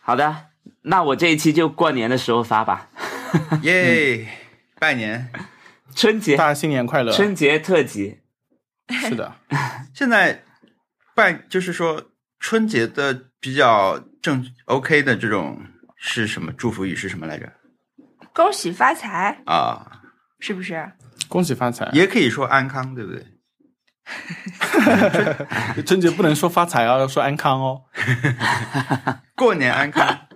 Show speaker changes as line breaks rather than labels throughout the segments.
好的，那我这一期就过年的时候发吧。
耶，拜年！
春节
大家新年快乐！
春节特辑，
是的，
现在拜就是说春节的比较正 OK 的这种是什么祝福语是什么来着？
恭喜发财，
啊，
是不是？
恭喜发财！
也可以说安康，对不对？
春节不能说发财啊，要说安康哦。
过年安 康，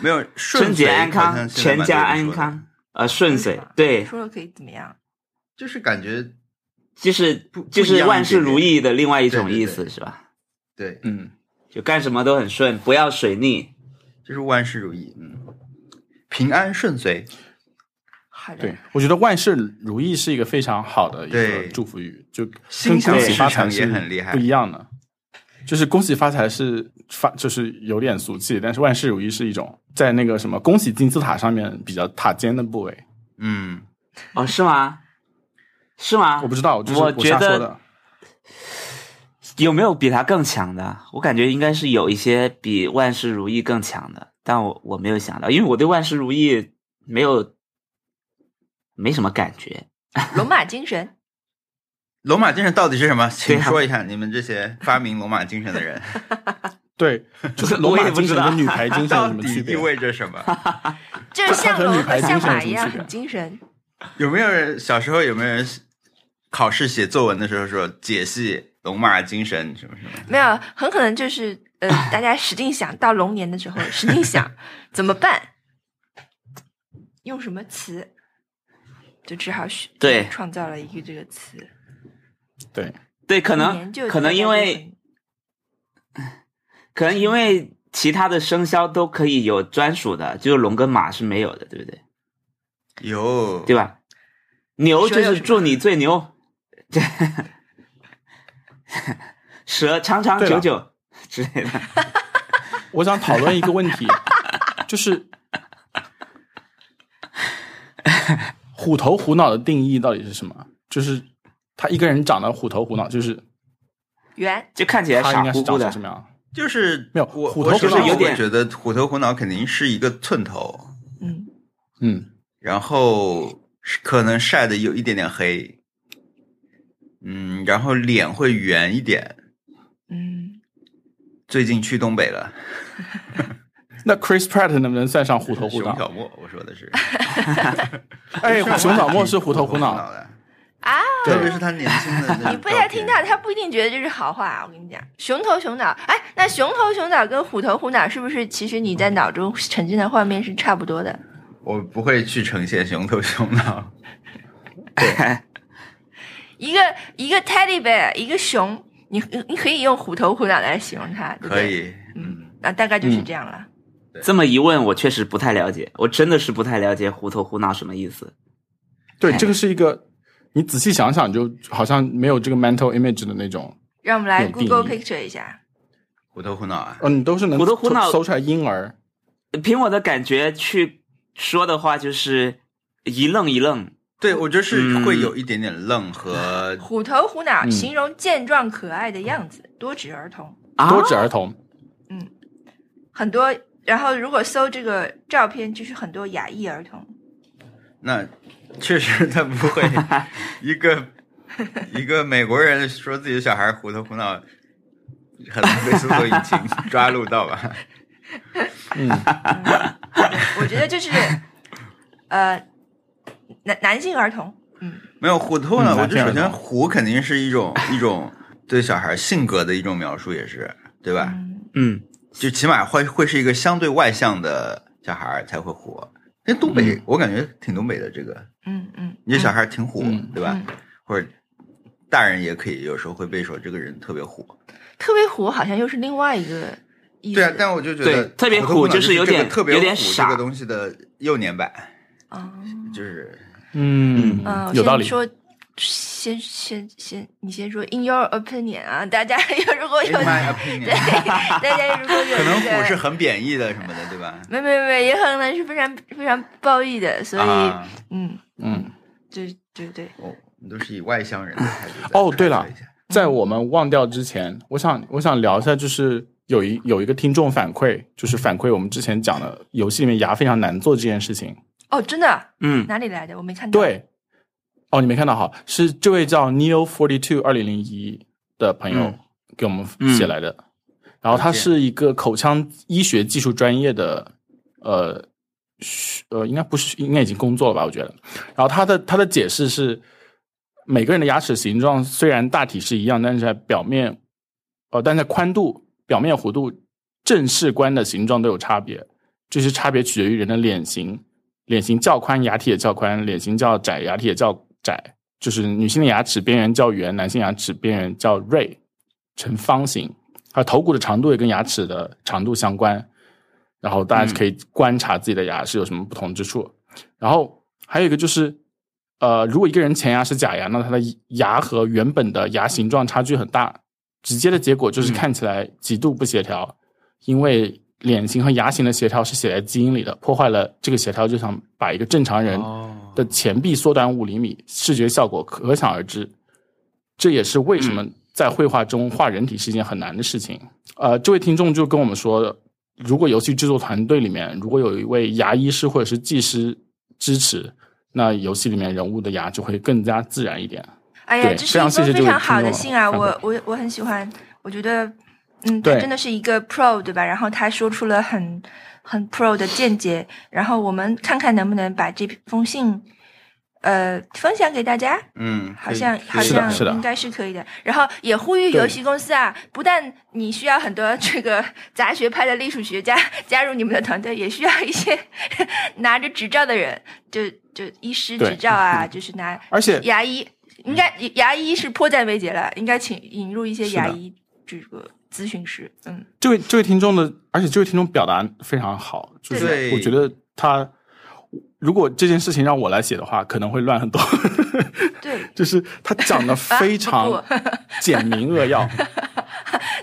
没有
春节安
顺遂好
康，
像现在
全
蛮多人
家安
说的
康，呃，顺
是
遂
吗，
对，
说了可以怎么样？
就是感觉
就是
不不
就是
一样
万事
一点点
如意的另外一种
对对
意
对
思，是吧？
对，
嗯，
就干什么都很顺，不要水逆。
就是万事如意，嗯，平安顺遂，
好的，
对，我觉得万事如意是一个非常好的一个
对
祝福语，就
心
跟
想
恭
事
喜发财
成
是
也很厉害
不。一样的。就是恭喜发财是发，就是有点俗气，但是万事如意是一种在那个什么恭喜金字塔上面比较塔尖的部位。
嗯，
哦，是吗？是吗？
我不知道，就是
我觉
瞎说
得
的。
有没有比它更强的？我感觉应该是有一些比万事如意更强的，但我我没有想到，因为我对万事如意没有没什么感觉。
龙马 精神，
龙马精神到底是什么？请
对啊
说一下，你们这些发明龙马精神的人
对，就是龙
我
马
也不
精
知
神
道
跟女排 精神有
到
什么
底
区别
意？味着什么？
就是像
它和
龙
女
和
排
像
精神有
马
什
一
么
样
区别
很精神。
有没有人小时候有没有人考试写作文的时候说解析龙马精神什么什么？
没有，很可能就是呃，大家使劲想到龙年的时候，使劲想怎么办，用什么词，就只好选
对
创造了一个这个词。
对，
对，可
一年
能
就
可能
大家
因
就
为
很
可能因为其他的生肖都可以有专属的，就是龙跟马是没有的，对不对？
有
对吧？牛就
蛇有
是
什么
祝你最牛，这蛇长长
对
久
了
久之类的。
我想讨论一个问题，就是虎头虎脑的定义到底是什么？就是他一个人长得虎头虎脑，就是
圆，
就看起来
他应
傻
该
乎
是
乎
长
的
成什。么样？
就是
没有
我
虎
我
头
首
虎
先
脑
我
有点
会觉得虎头虎脑肯定是一个寸头，
嗯，
嗯，
然后是可能晒的有一点点黑，嗯，然后脸会圆一点。
嗯，
最近去东北了，
那 Chris Pratt 能不能算上虎头虎
熊
脑？
小莫，我说的是，
哎，熊小莫是
虎
虎头
虎
虎脑，
的
啊，
特别是他年轻的那种
你被他
照片
听到，他不一定觉得这是好话、啊我跟你讲，熊头熊脑，哎，那熊头熊脑跟虎头虎脑是不是其实你在脑中呈现的画面是差不多的？
我不会去呈现熊头熊脑，
一个一个 teddy bear，一个熊，你你可以用虎头虎脑来形容它，对不
可
对？
以，
嗯
嗯，，
那大概就是这样了。
这么一问，我确实不太了解，我真的是不太了解“虎头虎脑”什么意思。
对，这个是一个，你仔细想想，就好像没有这个 mental image 的那种。
让我们来
有定义
Google Picture 一下，
虎头虎脑啊，
哦，你都是能
虎头虎脑
搜出来婴儿，
凭我的感觉去说的话，就是一愣一愣。
对我觉得是
嗯
会有一点点愣 和
虎头虎脑
嗯
形容健壮可爱的样子，多指儿童，
啊
多指儿童。
很多。然后如果搜这个照片，就是很多亚裔儿童。
那确实他不会一个一个美国人说自己小孩虎头虎脑，可能被搜索引擎抓录到吧？
嗯，
我觉得就是，呃，男男性儿童，嗯，
没有虎头呢，
嗯
我觉得首
那这样
先
的
虎肯定是一种一种对小孩性格的一种描述，也是对吧？
嗯
嗯，
就起码会会是一个相对外向的小孩才会虎。因为东北，我感觉挺东北的这个，
嗯嗯，
你这小孩挺虎，
嗯
对吧？
嗯
或者大人也可以，有时候会被说这个人特别虎。
特别虎好像又是另外一个意思。
对啊，但我就觉得
对特别
虎头虎
虎
脑
就是
是
有
这个
点
特别
有点
虎
傻
这个东西的幼年版，
啊，
就是
嗯
嗯，我
有
先
道理。
说，先先先，你先说，in your opinion 啊，大家有 如果
in
有
my
对，
opinion，
大家如果有
可能
这
虎是
个，
很贬义的什么的，对吧？
没没没，也可能是非常非常褒义的，所以、
啊，
嗯，
嗯，
对对对，
我们都是以外乡人的态度在
哦对了
看待一下
在我们忘掉之前，我想我想聊一下，就是有一有一个听众反馈，就是反馈我们之前讲的游戏里面牙非常难做这件事情。
哦，真的
嗯，
哪里来的？我没看到。，
对，哦，你没看到哈，是这位叫 Neo Forty Two 二零零一的朋友
嗯
给我们写来的。然后他
了解
是一个口腔医学技术专业的，呃，学呃，应该不是，应该已经工作了吧？我觉得。然后他的他的解释是，每个人的牙齿形状虽然大体是一样，但是在表面，呃，但在宽度、表面弧度、正视观的形状都有差别。这些差别取决于人的脸型，脸型较宽，牙体也较宽；脸型较窄，牙体也较窄。就是女性的牙齿边缘较圆，男性牙齿边缘较锐，呈方形。啊，头骨的长度也跟牙齿的长度相关。然后大家可以观察自己的牙是有什么不同之处。然后还有一个就是，呃，如果一个人前牙是假牙，那他的牙和原本的牙形状差距很大，直接的结果就是
嗯
看起来极度不协调，因为脸型和牙型的协调是写在基因里的，破坏了这个协调，就想把一个正常人
哦
的前臂缩短五厘米，视觉效果可想而知。这也是为什么在绘画中画人体是一件很难的事情。呃，这位听众就跟我们说，如果游戏制作团队里面如果有一位牙医师或者是技师支持，那游戏里面人物的牙就会更加自然一点。
哎呀，
对
这
非
是
常
一
谢
封
谢
非
这位
常好的
听众
信啊！
反
我我我很喜欢，我觉得，嗯，他
对
真的是一个 pro 对吧？然后他说出了很很 pro 的见解，然后我们看看能不能把这封信，呃，分享给大家。
嗯，
好像好
是的
像
是的
应该是可以的。然后也呼吁游戏公司啊，不但你需要很多这个杂学派的历史学家加入你们的团队，也需要一些 拿着执照的人，就就医师
对
执照啊，就是拿
而且
牙医，应该
嗯
牙医是迫在眉睫了，应该请引入一些牙医这个咨询师。嗯，
这位这位听众的，而且这位听众表达非常好，就是
对
我觉得他如果这件事情让我来写的话，可能会乱很多。
对，
就是他讲的非
啊
常 简明扼要，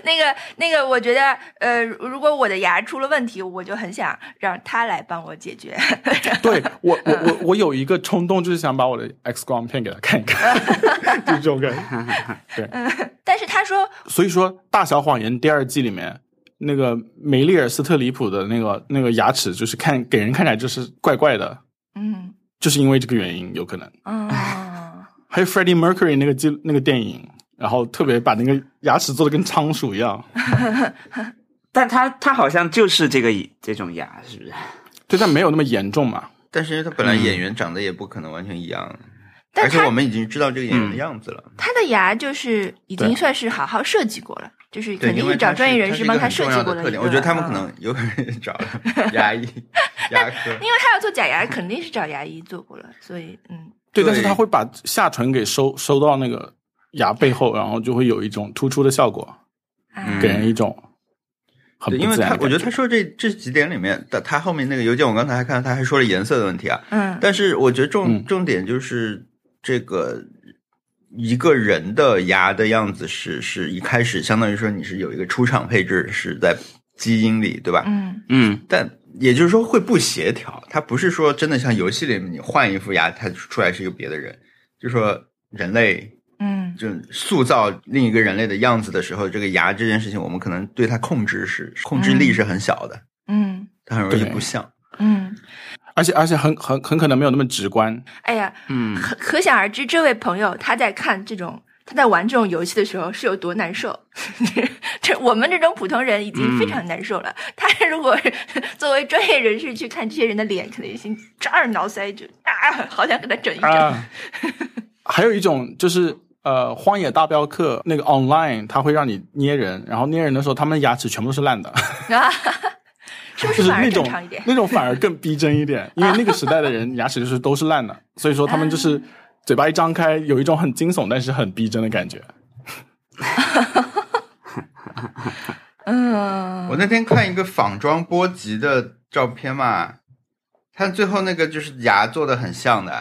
那个那个，我觉得呃，如果我的牙出了问题，我就很想让他来帮我解决。
对我我我我有一个冲动，就是想把我的 X 光片给他看一看，就是这种感觉。
但是他说
所以说，《大小谎言》第二季里面，那个梅丽尔·斯特里普的那个那个牙齿，就是看给人看起来就是怪怪的，
嗯。
就是因为这个原因，有可能。
啊，
还有 Freddie Mercury 那个记那个电影，然后特别把那个牙齿做的跟仓鼠一样。
但他他好像就是这个这种牙，是不是？
对，但没有那么严重嘛。
但是因为他本
嗯
来演员长得也不可能完全一样，
但
而且
他
我们已经知道这个演员
嗯
的样子了。
他的牙就是已经
对
算是好好设计过了，就是
对，
肯
因
定
为
是找
他
专业人
他
士
一
帮
个
他
很
设
重
计
要
过
的
了一
特
个。
点，我觉得他们
嗯
可能有可能 找了牙医、牙科。
嗯因为他要做假牙，肯定是找牙医做过了，所以嗯，
对，
对
但是他会把下唇给收收到那个牙背后，然后就会有一种突出的效果，
啊，
给人一种很
嗯对，
啊不
因为
自然
他
的感
我觉得他说这这几点里面，他他后面那个邮件，我刚才还看到他还说了颜色的问题啊，
嗯，
但是我觉得重、
嗯
重点就是这个一个人的牙的样子是是一开始相当于说你是有一个出厂配置是在基因里，对吧？
嗯
嗯
但也就是说会不协调，它不是说真的像游戏里面你换一副牙，它出来是一个别的人，就说人类
嗯
就塑造另一个人类的样子的时候，这个牙这件事情，我们可能对它控制是控制力是很小的，
嗯
它很容易
对
不像。
嗯，
而且而且很很很可能没有那么直观。
哎呀，
嗯，
可可想而知，这位朋友他在看这种。他在玩这种游戏的时候是有多难受？ 这我们这种普通人已经非
嗯
常难受了。 他如果作为专业人士去看这些人的脸，可能已经抓耳挠腮，就啊，好想给他整一整。
啊。还有一种就是呃，《荒野大镖客》那个 online，它会让你捏人，然后捏人的时候，他们的牙齿全部都是烂的，
啊，是不
就是是
反而
那
正
种
常一点？
那种反而更逼真一 点，因为那个时代的人牙齿就是都是烂的，所以说他们就是
嗯
嘴巴一张开，有一种很惊悚但是很逼真的感觉。
嗯，
我那天看一个仿妆波吉的照片嘛，他最后那个就是牙做的很像的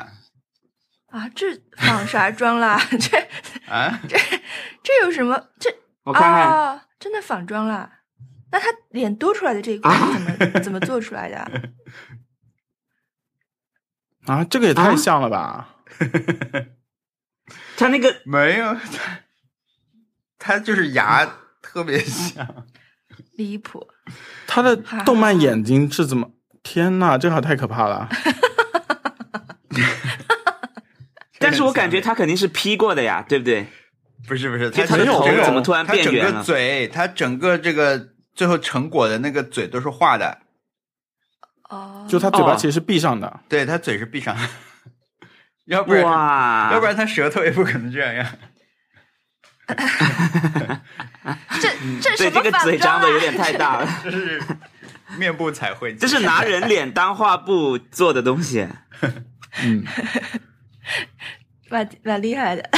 啊，这仿啥妆啦？ 这
啊，
这有什么？这
我看看，
哦，真的仿妆啦？那他脸多出来的这一块是怎么、怎么做出来的啊？
啊，这个也太
啊
像了吧！
他那个
没有，他他就是牙特别像，
离谱，
他的
啊
动漫眼睛是怎么？天呐，这个太可怕 了！
但是我感觉他肯定是 P 过的呀，对不对？
不是不是，
就
他
他
的
整
头
个
怎么突然变圆
他
了
整个嘴，他整个这个最后成果的那个嘴都是画的，
哦，
就他嘴巴
哦
其实是闭上的，
对他嘴是闭上的， 要不然
哇，
要不然他舌头也不可能这 样呀。
这这
嗯对这
什么
个
反
嘴张
装
的有
啊？
点太大了，
这是面部彩绘技，
这是拿人脸当画布做的东西。
嗯，
蛮蛮厉害的，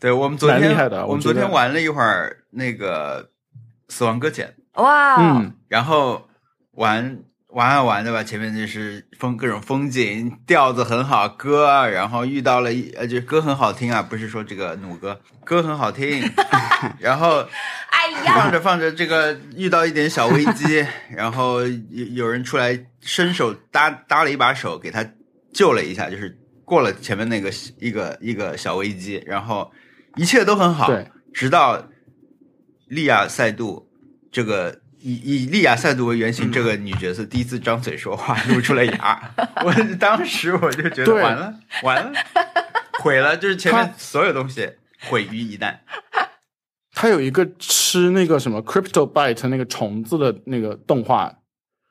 对我们昨
蛮厉
天
害的
我们
我觉
昨
得
天玩了一会儿那个死亡搁浅，
哇哦，
嗯，
然后玩玩啊玩对吧？前面就是风各种风景，调子很好，歌啊，然后遇到了一呃，就是歌很好听啊，不是说这个弩歌，歌很 好听，然后
哎
放
呀，
着放着，这个遇到一点小危 机，然后有有人出来伸手搭搭了一把手，给他救了一下，就是过了前面那个一个一个小危机，然后一切都很好
对，
直到利亚塞杜这个以以利亚塞杜为原型、这个女角色第一次张嘴说 话，露出了牙，我当时我就觉得
对
完了完了，毁了，就是前面
她
所有东西毁于一旦。
他有一个吃那个什么 crypto bite 那个虫子的那个动画，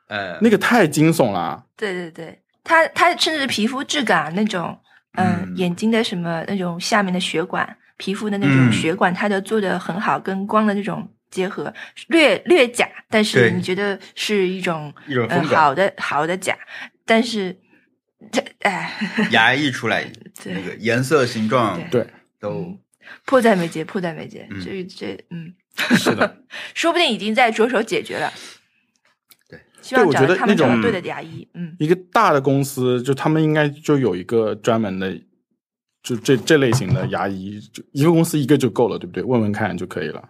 呃，
那个太惊悚了啊。
对对对，他他甚至皮肤质感那种，嗯
嗯，
眼睛的什么那种下面的血管，皮肤的那种
嗯
血管，它都做的很好，跟光的这种结合，略略假，但是
对
你觉得是一种
一种
嗯
风格
好的好的假，但是这哎，
牙一出来，
对
那个颜色、形状
对，
对
嗯
都
迫在眉睫，迫在眉睫，
嗯
这这嗯，
是的，
说不定已经在着手解决了。
对，
希望
对我
找
觉
到
得
他们
那
找到
种
对的牙医。嗯，
一个大的公司，就他们应该就有一个专门的，就这这类型的牙医，就一个公司一个就够了，对不对？问问看就可以了。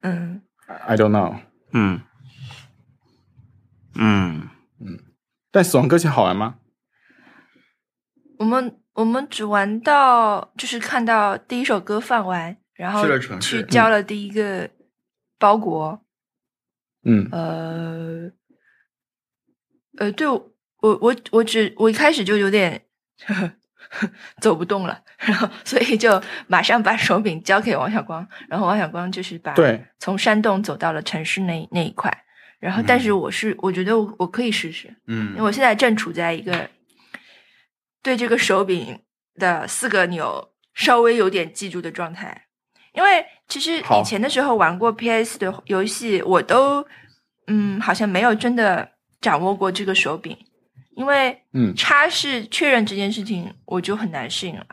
嗯，
I don't know。
嗯嗯，
但死亡搁浅好玩吗？
我们我们只玩到就是看到第一首歌放完，然后
去了城市
去交了第一个包裹。
嗯，
呃，呃，对我我我只我一开始就有点 走不动了，然后所以就马上把手柄交给王小光，然后王小光就是把
对，
从山洞走到了城市那那一块。然后，但是我是、我觉得我我可以试试，因为
嗯，
我现在正处在一个对这个手柄的四个钮稍微有点记住的状态。因为其实
好
以前的时候玩过 PS 的游戏，我都嗯好像没有真的掌握过这个手柄，因为
嗯
叉是确认这件事情，我就很难适应了。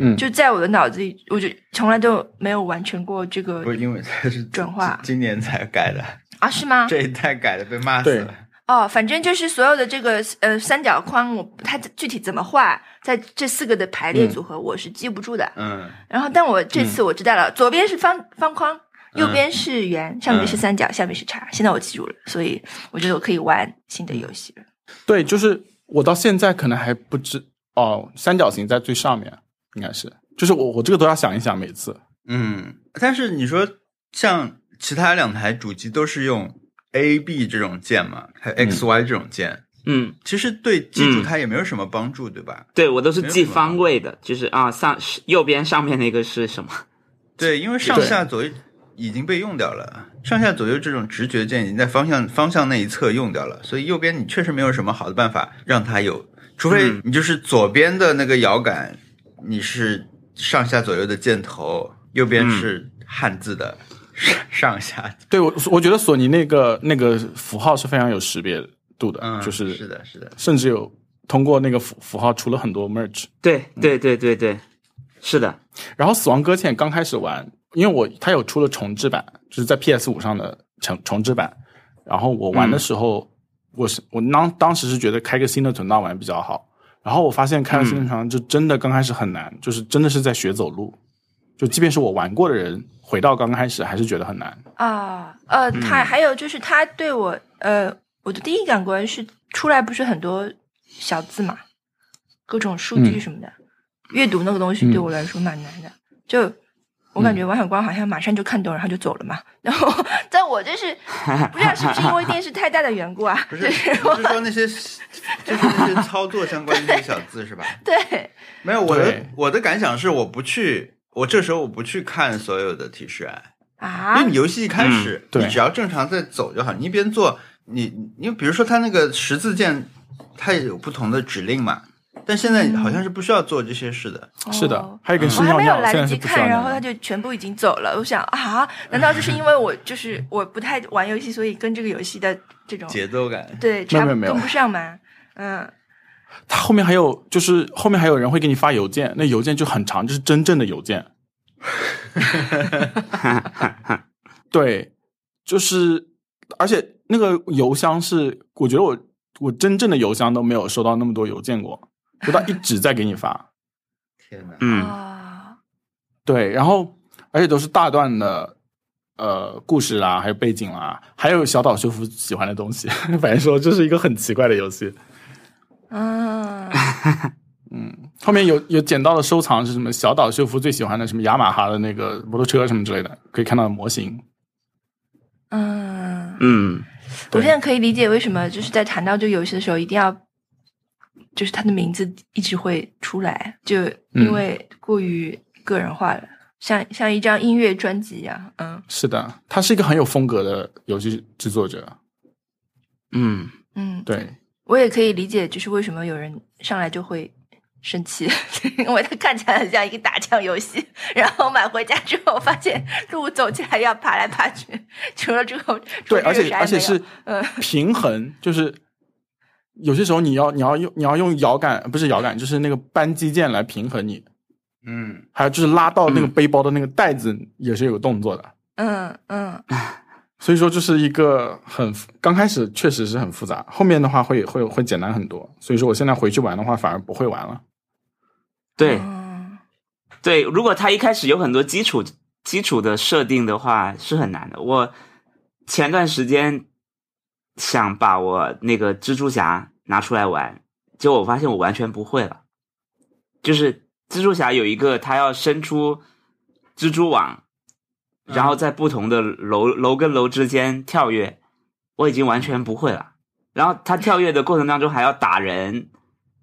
嗯，
就在我的脑子里，我就从来都没有完成过这个
不是因为它是
转化
今今年才改的，
啊？是吗？
这一代改的被骂死了。
哦，反正就是所有的这个呃三角框，我它具体怎么画，在这四个的排列
嗯
组合我是记不住的。
嗯，
然后，但我这次我知道了，左边是方方框，右边是圆，上面
嗯
是三角，下面是叉。现在我记住了，所以我觉得我可以玩新的游戏了。
对，就是我到现在可能还不知哦，三角形在最上面，应该是，就是我我这个都要想一想每次。
嗯，但是你说像其他两台主机都是用 A、B 这种键嘛，还有 X、Y 这种键，
嗯，
其实对记住
嗯
它也没有什么帮助，对吧？
对我都是
没有
记
什么
方位的，就是啊上是右边上面那个是什么？
对，因为上
对
下左右已经被用掉了，啊上下左右这种直觉键已经在方向方向那一侧用掉了，所以右边你确实没有什么好的办法让它有，除非
嗯
你就是左边的那个摇杆，你是上下左右的箭头，右边
嗯
是汉字的、上上下，
对我我觉得索尼那个那个符号是非常有识别度的，
嗯，
就是
是的，是的，
甚至有通过那个符符号出了很多 merge。
对对对对对，是的，
然后《死亡搁浅》刚开始玩，因为我它有出了重置版，就是在 PS 五上的重重置版。然后我玩的时候，我是我当当时是觉得开个新的存档玩比较好。然后我发现开了新的存档就真的刚开始很难，就是真的是在学走路。就即便是我玩过的人，回到刚开始还是觉得很难。
啊，呃，它
嗯
还有就是它对我呃我的第一感官是出来不是很多小字嘛，各种数据
嗯
什么的，阅读那个东西对
嗯
我来说蛮难的，就我感觉王小光好像马上就看懂，然后就走了嘛。 然后，但 我就是不知道是不是因为电视太大的缘故啊，
不，
就是
就是说那些，就是那些操作相关的那些小字是吧？
对，
没有，我的
对
我的感想是，我不去，我这时候我不去看所有的提示案，因
啊
为，你游戏一开始，
对
你只要正常在走就好，你一边做，你你比如说它那个十字键，它也有不同的指令嘛，但现在好像是不需要做这些事的，
是的
哦，
还有一个
嗯
是
我还
尿
没有
尿，
来
现
得
在是
及
不需要
看，然后
尿
他
尿。
就全部已经走了。我想啊，难道就是因为我就是我不太玩游戏，所以跟这个游戏的这种
节奏感。
对差
没有没有
跟不上吗？嗯，
他后面还有就是后面还有人会给你发邮件，那邮件就很长，就是真正的邮件。对，就是而且那个邮箱是，我觉得我我真正的邮箱都没有收到那么多邮件过，就他一直在给你发。
天哪！
嗯
啊，
对，然后而且都是大段的呃故事啦，还有背景啦，还有小岛秀夫喜欢的东西。 反正说这是一个很奇怪的游戏。
嗯，
后面有有捡到的收藏是什么？小岛秀夫最喜欢的什么雅马哈的那个摩托车什么之类的，可以看到模型。
嗯，
嗯，
我
对
现在可以理解为什么就是在谈到这个游戏的时候，一定要就是它的名字一直会出来，就因为过于个人化了，像像一张音乐专辑一样。嗯
是的，他是一个很有风格的游戏制作者。
嗯，
嗯，
对，
我也可以理解，就是为什么有人上来就会生气，因为它看起来很像一个打枪游戏，然后买回家之后发现路走起来要爬来爬去，除了这个，除
对，
了
而
这个
且
啥也
而且
没有
是
嗯
平衡，就是有些时候你要你要用你要用摇杆，不是摇杆，就是那个扳机键来平衡你，
嗯，
还有就是拉到那个背包的那个带子也是有动作的。
嗯嗯
所以说，就是一个很刚开始确实是很复杂，后面的话会会会简单很多。所以说我现在回去玩的话，反而不会玩了。
对
嗯
对，如果他一开始有很多基础基础的设定的话，是很难的。我前段时间想把我那个蜘蛛侠拿出来玩，结果我发现我完全不会了。就是蜘蛛侠有一个，他要伸出蜘蛛网，然后在不同的楼楼跟楼之间跳跃，我已经完全不会了。然后他跳跃的过程当中还要打人，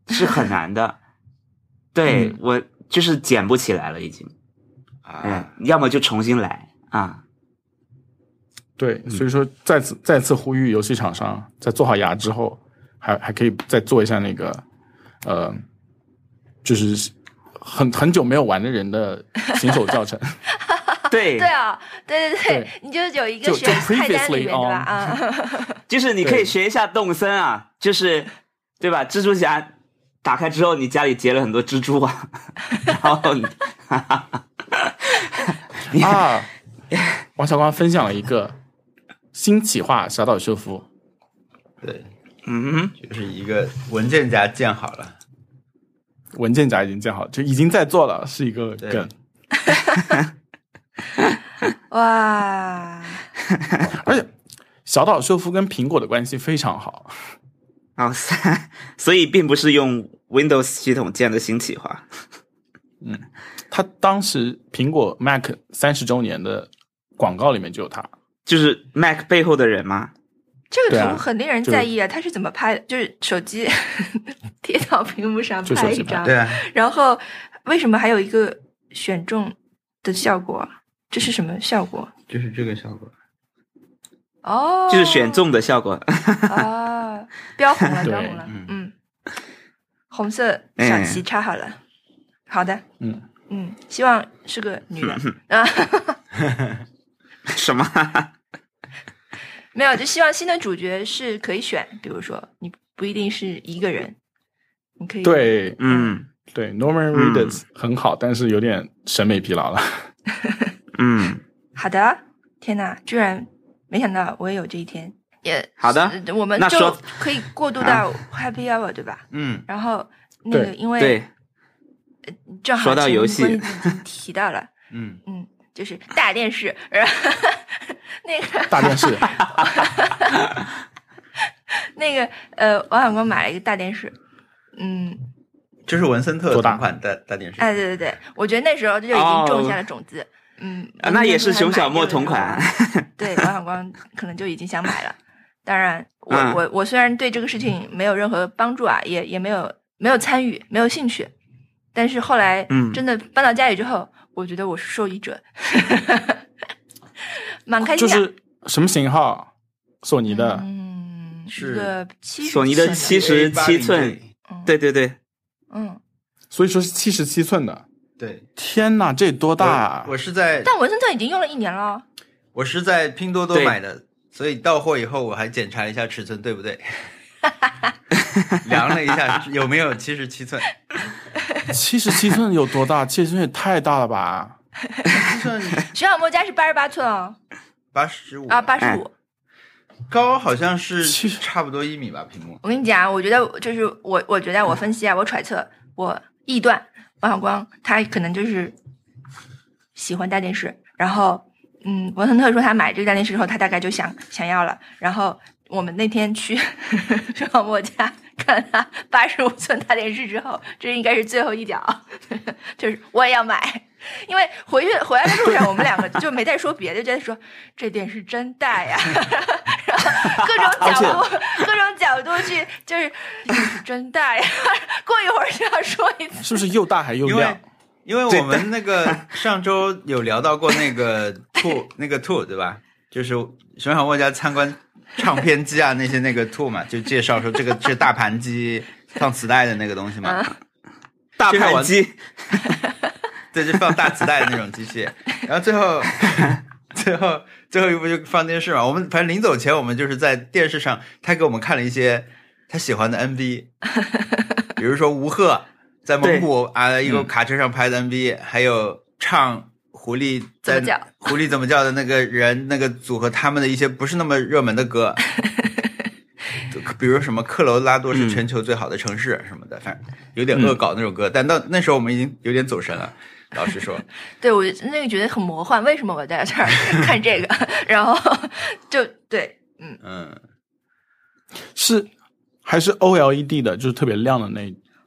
是很难的。对、
嗯
我就是捡不起来了，已经。嗯
啊，，
要么就重新来 啊。
对，所以说再次再次呼吁游戏厂商，在做好牙之后，还还可以再做一下那个，呃，就是很很久没有玩的人的新手教程。
对
对啊，对对对，
对
你就是有一个
就
选
就
菜单里面
previously
对
on
吧？ 啊，
就是你可以
对
学一下动森啊，就是对吧？蜘蛛侠打开之后，你家里结了很多蜘蛛网， 然后 你
啊，王小光分享了一个新企划小岛秀夫，
对，
嗯，
就是一个文件夹建好了，
文件夹已经建好，就已经在做了，是一个
对
梗。
哇，
而且小岛秀夫跟苹果的关系非常好，
哦， 所以并不是用 Windows 系统建的新企划。
他当时苹果 Mac 三十周年的广告里面就有他。
就是 Mac 背后的人吗？
这
对
个
啊
图很令人
就
在意啊！它是怎么拍的？就是手机 贴到屏幕上
就手
拍
机
一
拍
张，
对啊，
然后为什么还有一个选中的效果？这是什么效果？
就是这个效果。
哦，
就是选中的效果。
啊，标红了，
对
标红了
嗯，
嗯，红色小
哎
旗插好了，好的，
嗯
嗯，希望是个女的
嗯
啊。
什么？
没有，就希望新的主角是可以选，比如说你不一定是一个人，你可以，
对
嗯
对，Norman
嗯
Reedus 很好，但是有点审美疲劳 了。
嗯，
好的，天哪，居然没想到我也有这一天，也
好的
呃我们
那
就
说啊
可以过渡到 Happy Hour 对吧？
嗯，
然后那个
对
因为
对，
正好
说到
前面
游戏
关于已经提到了，
嗯，
嗯，就是大电视，然后 那个
大电视，
那个呃，王小光买了一个大电视，嗯，
这是文森特
多大
同款大大电视，
哎哎，对对对，我觉得那时候就已经种下了种子，嗯，
啊那也是
我那时
熊
候还买
小莫
这个
同款。
对，王小光可能就已经想买了。当然，我、
嗯
我我虽然对这个事情没有任何帮助啊，也也没有没有参与，没有兴趣，但是后来
嗯
真的搬到家里之后，我觉得我是受益者，蛮开
就
心的。
是什么型号？索尼的，
嗯，
是
一个七
索尼的七十
十，
七寸，对对对，
嗯，
所以说是七十七寸的。
对，
天呐，这多大啊！
我我是在
但文森特已经用了一年了，哦
我是在拼多多
对
买的，所以到货以后我还检查了一下尺寸对不对，量了一下有没有七十七寸，
七十七寸有多大？ 七十寸也太大了吧！
徐小莫家是八十八寸哦，
八十五
啊，八十
哎
五。
高好像是
70
差不多一米吧，屏幕
我跟你讲，我觉得就是我，我觉得我分析啊，我揣测，我臆断，王小光他可能就是喜欢大电视，然后嗯，文森特说他买这个大电视之后，他大概就想想要了，然后我们那天去 徐小莫家看他八十五寸大电视之后，这应该是最后一脚， 就是我也要买。因为回去回来的路上，我们两个就没再说别的，就在说这电视真大呀，然后 各种角度，各种角度去，就是电视真大呀。过一会儿就要说一次，
是不是又大还又
因为
亮？
因为我们那个上周有聊到过那个兔那个兔对吧？就是熊小莫家参观唱片机啊那些那个兔嘛，就介绍说这个是大盘机放磁带的那个东西嘛，
大
这个
盘
我
机，
对，就放大磁带的那种机器。然后最 后最后最后一步就放电视嘛。我们反正临走前我们就是在电视上，他给我们看了一些他喜欢的 MV，比 如说吴赫在蒙古啊一
嗯
个卡车上拍的 MV，、还有唱。狐狸在
怎么叫
狐狸怎么叫的那个人那个组合，他们的一些不是那么热门的 歌，比如什么科罗拉
嗯
多是全球最好的城市什么的，反正有点恶搞那种歌。但到那时候我们已经有点走神了，老实 说，
对我那个觉得很魔幻。为什么我 在这儿看这个？然后就对，嗯，
嗯，
是还是 OLED 的，就是特别亮的那，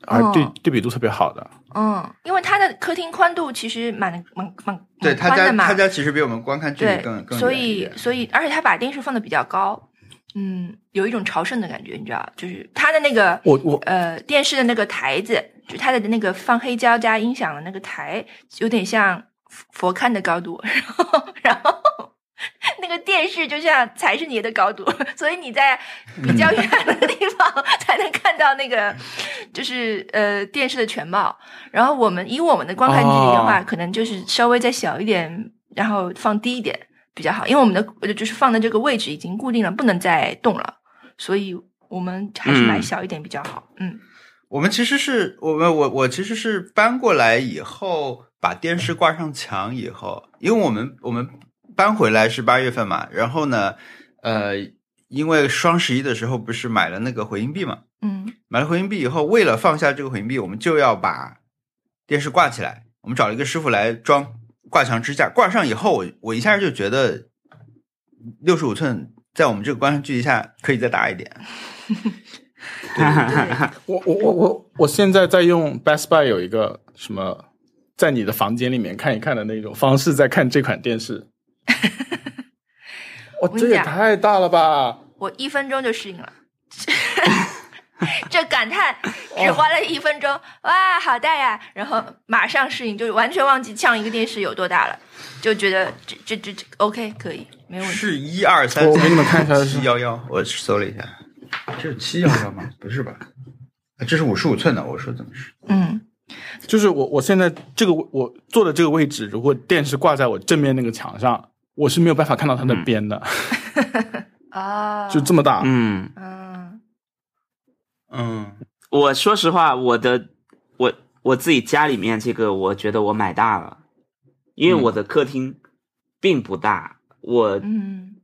而
哦
对对比度特别好的。
嗯，因为它的客厅宽度其实蛮蛮蛮
对
蛮
他
宽
家
的嘛
他，家其实比我们观看距离
对
更，更
所
远一
以
点
所以而且他把电视放的比较高，嗯，有一种朝圣的感觉，你知道，就是他的那个
我我
呃电视的那个台子，就他的那个放黑胶加音响的那个台，有点像佛佛龛的高度， 然后然后。那个电视就像才是你的高度， 所以你在比较远的地方才能看到那个，就是呃电视的全貌。然后我们以我们的观看距离的话，
哦
可能就是稍微再小一点，然后放低一点比较好，因为我们的呃就是放的这个位置已经固定了，不能再动了，所以我们还是买
嗯
小一点比较好。嗯
我们其实是我们我我其实是搬过来以后，把电视挂上墙以后，因为我们我们搬回来是八月份嘛，然后呢，呃，因为双十一的时候不是买了那个回音壁嘛，
嗯
买了回音壁以后，为了放下这个回音壁，我们就要把电视挂起来。我们找了一个师傅来装挂墙支架，挂上以后，我我一下就觉得六十五寸在我们这个观看距离下可以再大一点。
我我我我我现在在用 Best Buy 有一个什么，在你的房间里面看一看的那种方式，在看这款电 视。哇，
跟你
这也
讲
太大了吧！
我一分钟就适应了。 这感叹只花了一分钟，哇，好大呀！然后马上适应，就完全忘记呛一个电视有多大了，就觉得这这这这 OK 可以，没有问题。
是一二三，
我我给你们看一下
七幺幺，我搜了一下，这是七幺幺吗？不是吧？啊这是五十五寸的，我说怎么是？
嗯，
就是我我现在这个位我坐的这个位置，如果电视挂在我正面那个墙上，我是没有办法看到它的边的，
哦，
就这么大。
嗯。
嗯，
嗯，
我说实话，我的我我自己家里面这个，我觉得我买大了，因为我
嗯
的客厅并不大，我
嗯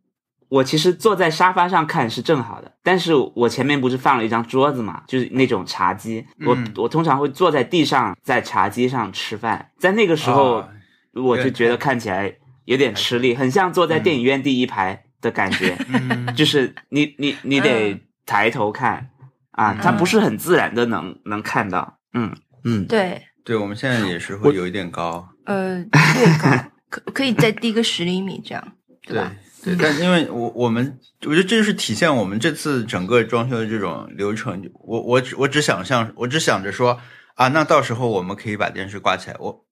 我其实坐在沙发上看是正好的，但是我前面不是放了一张桌子嘛，就是那种茶几，我、
嗯
我通常会坐在地上，在茶几上吃饭，在那个时候、
啊
我就觉得看起来有点吃力，很像坐在电影院第一排的感 觉，
嗯
就是你你你得
嗯
抬头看、啊
嗯，
它不是很自然的能能看到，嗯嗯，
对，
对，我们现在也是
我
会有一点高，
呃，略高，可可以在低个十厘米这样，对吧？
对，但因为我我们我觉得这就是体现我们这次整个装修的这种流程。我我只我只想象，我只想着说啊，那到时候我们可以把电视挂起来。我，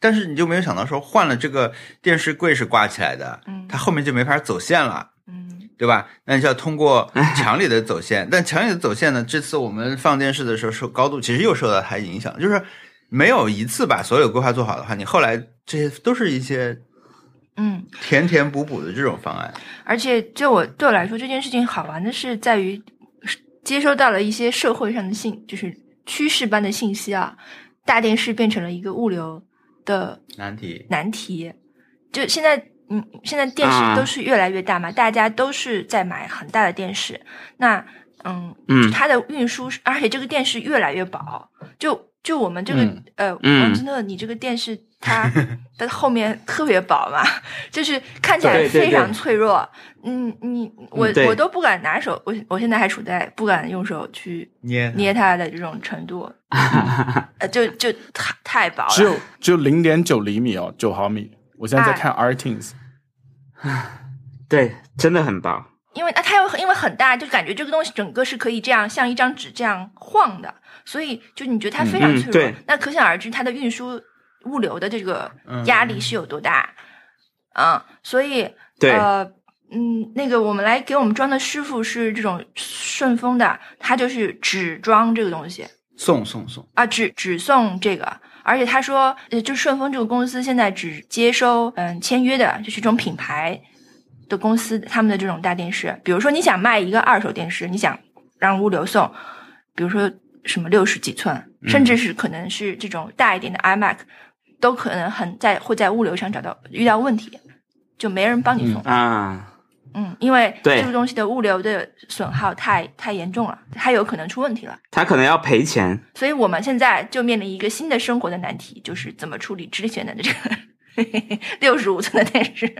但是你就没有想到说换了这个电视柜是挂起来的，
嗯
它后面就没法走线了。
嗯
对吧？那你就要通过墙里的走线，但墙里的走线呢？这次我们放电视的时候，受高度其实又受到它影响，就是没有一次把所有规划做好的话，你后来这些都是一些
嗯，
填填补补的这种方案。
而且就我对我来说，这件事情好玩的是在于接收到了一些社会上的信，就是趋势般的信息啊。大电视变成了一个物流的
难题，
难题。就现在，嗯，现在电视都是越来越大嘛，大家都是在买很大的电视。那，嗯，
嗯
就它的运输是，而且这个电视越来越薄。就就我们这个、
嗯
呃，
嗯
王之乐，你这个电视 它它后面特别薄嘛， 就是看起来
对对对
非常脆弱。嗯，你我、
嗯对
我都不敢拿手，我我现在还处在不敢用手去
捏它
捏它的这种 程度。呃，就就太太薄了，
只有只有零点九厘米哦，九毫米。我现在在
哎
看 Artins，
对，真的很薄。
因为啊，它又因为很大，就感觉这个东西整个是可以这样像一张纸这样晃的，所以就你觉得它非常
嗯
脆弱。
对
那可想而知，它的运输物流的这个
嗯
压力是有多大。嗯，所以
对
呃，嗯，那个我们来给我们装的师傅是这种顺丰的，他就是只装这个东西
送送送，
啊，只只送这个。而且他说，呃，就顺丰这个公司现在只接收嗯签约的，就是这种品牌的公司他们的这种大电视。比如说，你想卖一个二手电视，你想让物流送，比如说什么六十几寸，甚至是可能是这种大一点的 iMac，都可能很在会在物流上找到遇到问题，就没人帮你送。
啊，
嗯因为
对
这个东西的物流的损耗太太严重了，它有可能出问题了。
他可能要赔钱。
所以我们现在就面临一个新的生活的难题，就是怎么处理之前的这个 六十五寸的电视。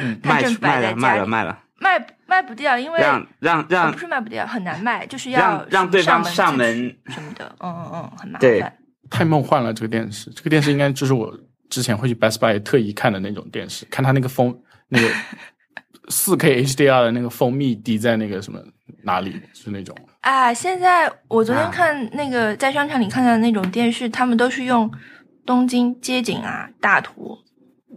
嗯
它
卖
正
出卖
摆在
了卖
家
了
里，
卖了，
卖卖不掉，因为
让让
呃
让
不是卖不掉，很难卖，就是
让
要
让对方
上
上
去什么的，嗯嗯嗯，很麻
对
烦。
太梦幻了！这个电视，这个电视应该就是我之前会去 Best Buy 特意看的那种电视，看它那个封那个四 K HDR 的那个蜂蜜滴在那个什么哪里，是那种
啊，现在我昨天
啊
看那个在商场里看到的那种电视，他们都是用东京街景啊、大图，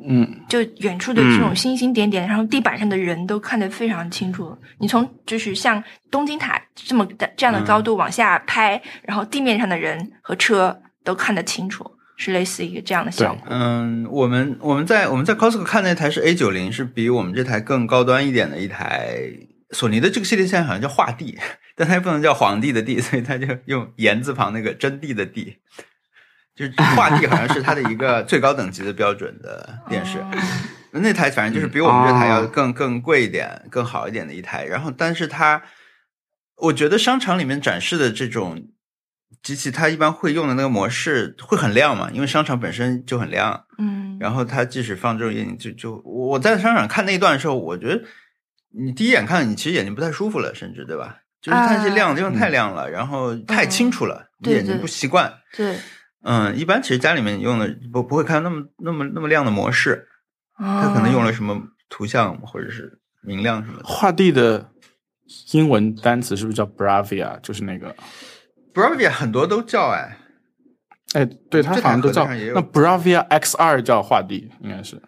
嗯，
就远处的这种
嗯
星星点点，然后地板上的人都看得非常清楚。你从就是像东京塔这么的这样的
嗯
高度往下拍，然后地面上的人和车都看得清楚，是类似一个这样的效果。
嗯，我们我们在我们在 Costco 看那台是 A 九零，是比我们这台更高端一点的一台索尼的这个系列，现在好像叫画地， 但它也不能叫皇帝的帝， 所以它就用言字旁那个真谛的谛，就是画地好像是它的一个最高等级的标准的电视。
嗯
那台反正就是比我们这台要
哦
更更贵一点、更好一点的一台。然后，但是它，我觉得商场里面展示的这种机器，它一般会用的那个模式会很亮嘛，因为商场本身就很亮。
嗯，
然后它即使放这种夜景，就就我我在商场看那一段的时候，我觉得你第一眼看你其实眼睛不太舒服了，甚至对吧？就是它那些
啊嗯
亮的地方太亮了，然后太清楚了，你
对
眼睛
对
不习惯。
对，
嗯，一般其实家里面用的不不会看那么那么那么亮的模式。
他
他可能
哦
用了什么图像或者是明亮什么的。
画地的英文单词是不是叫 Bravia？就是那个
Bravia 很多都叫哎，
哎，对，它
这
好像都叫
台盒子上也有
那 Bravia XR 叫画地，应该是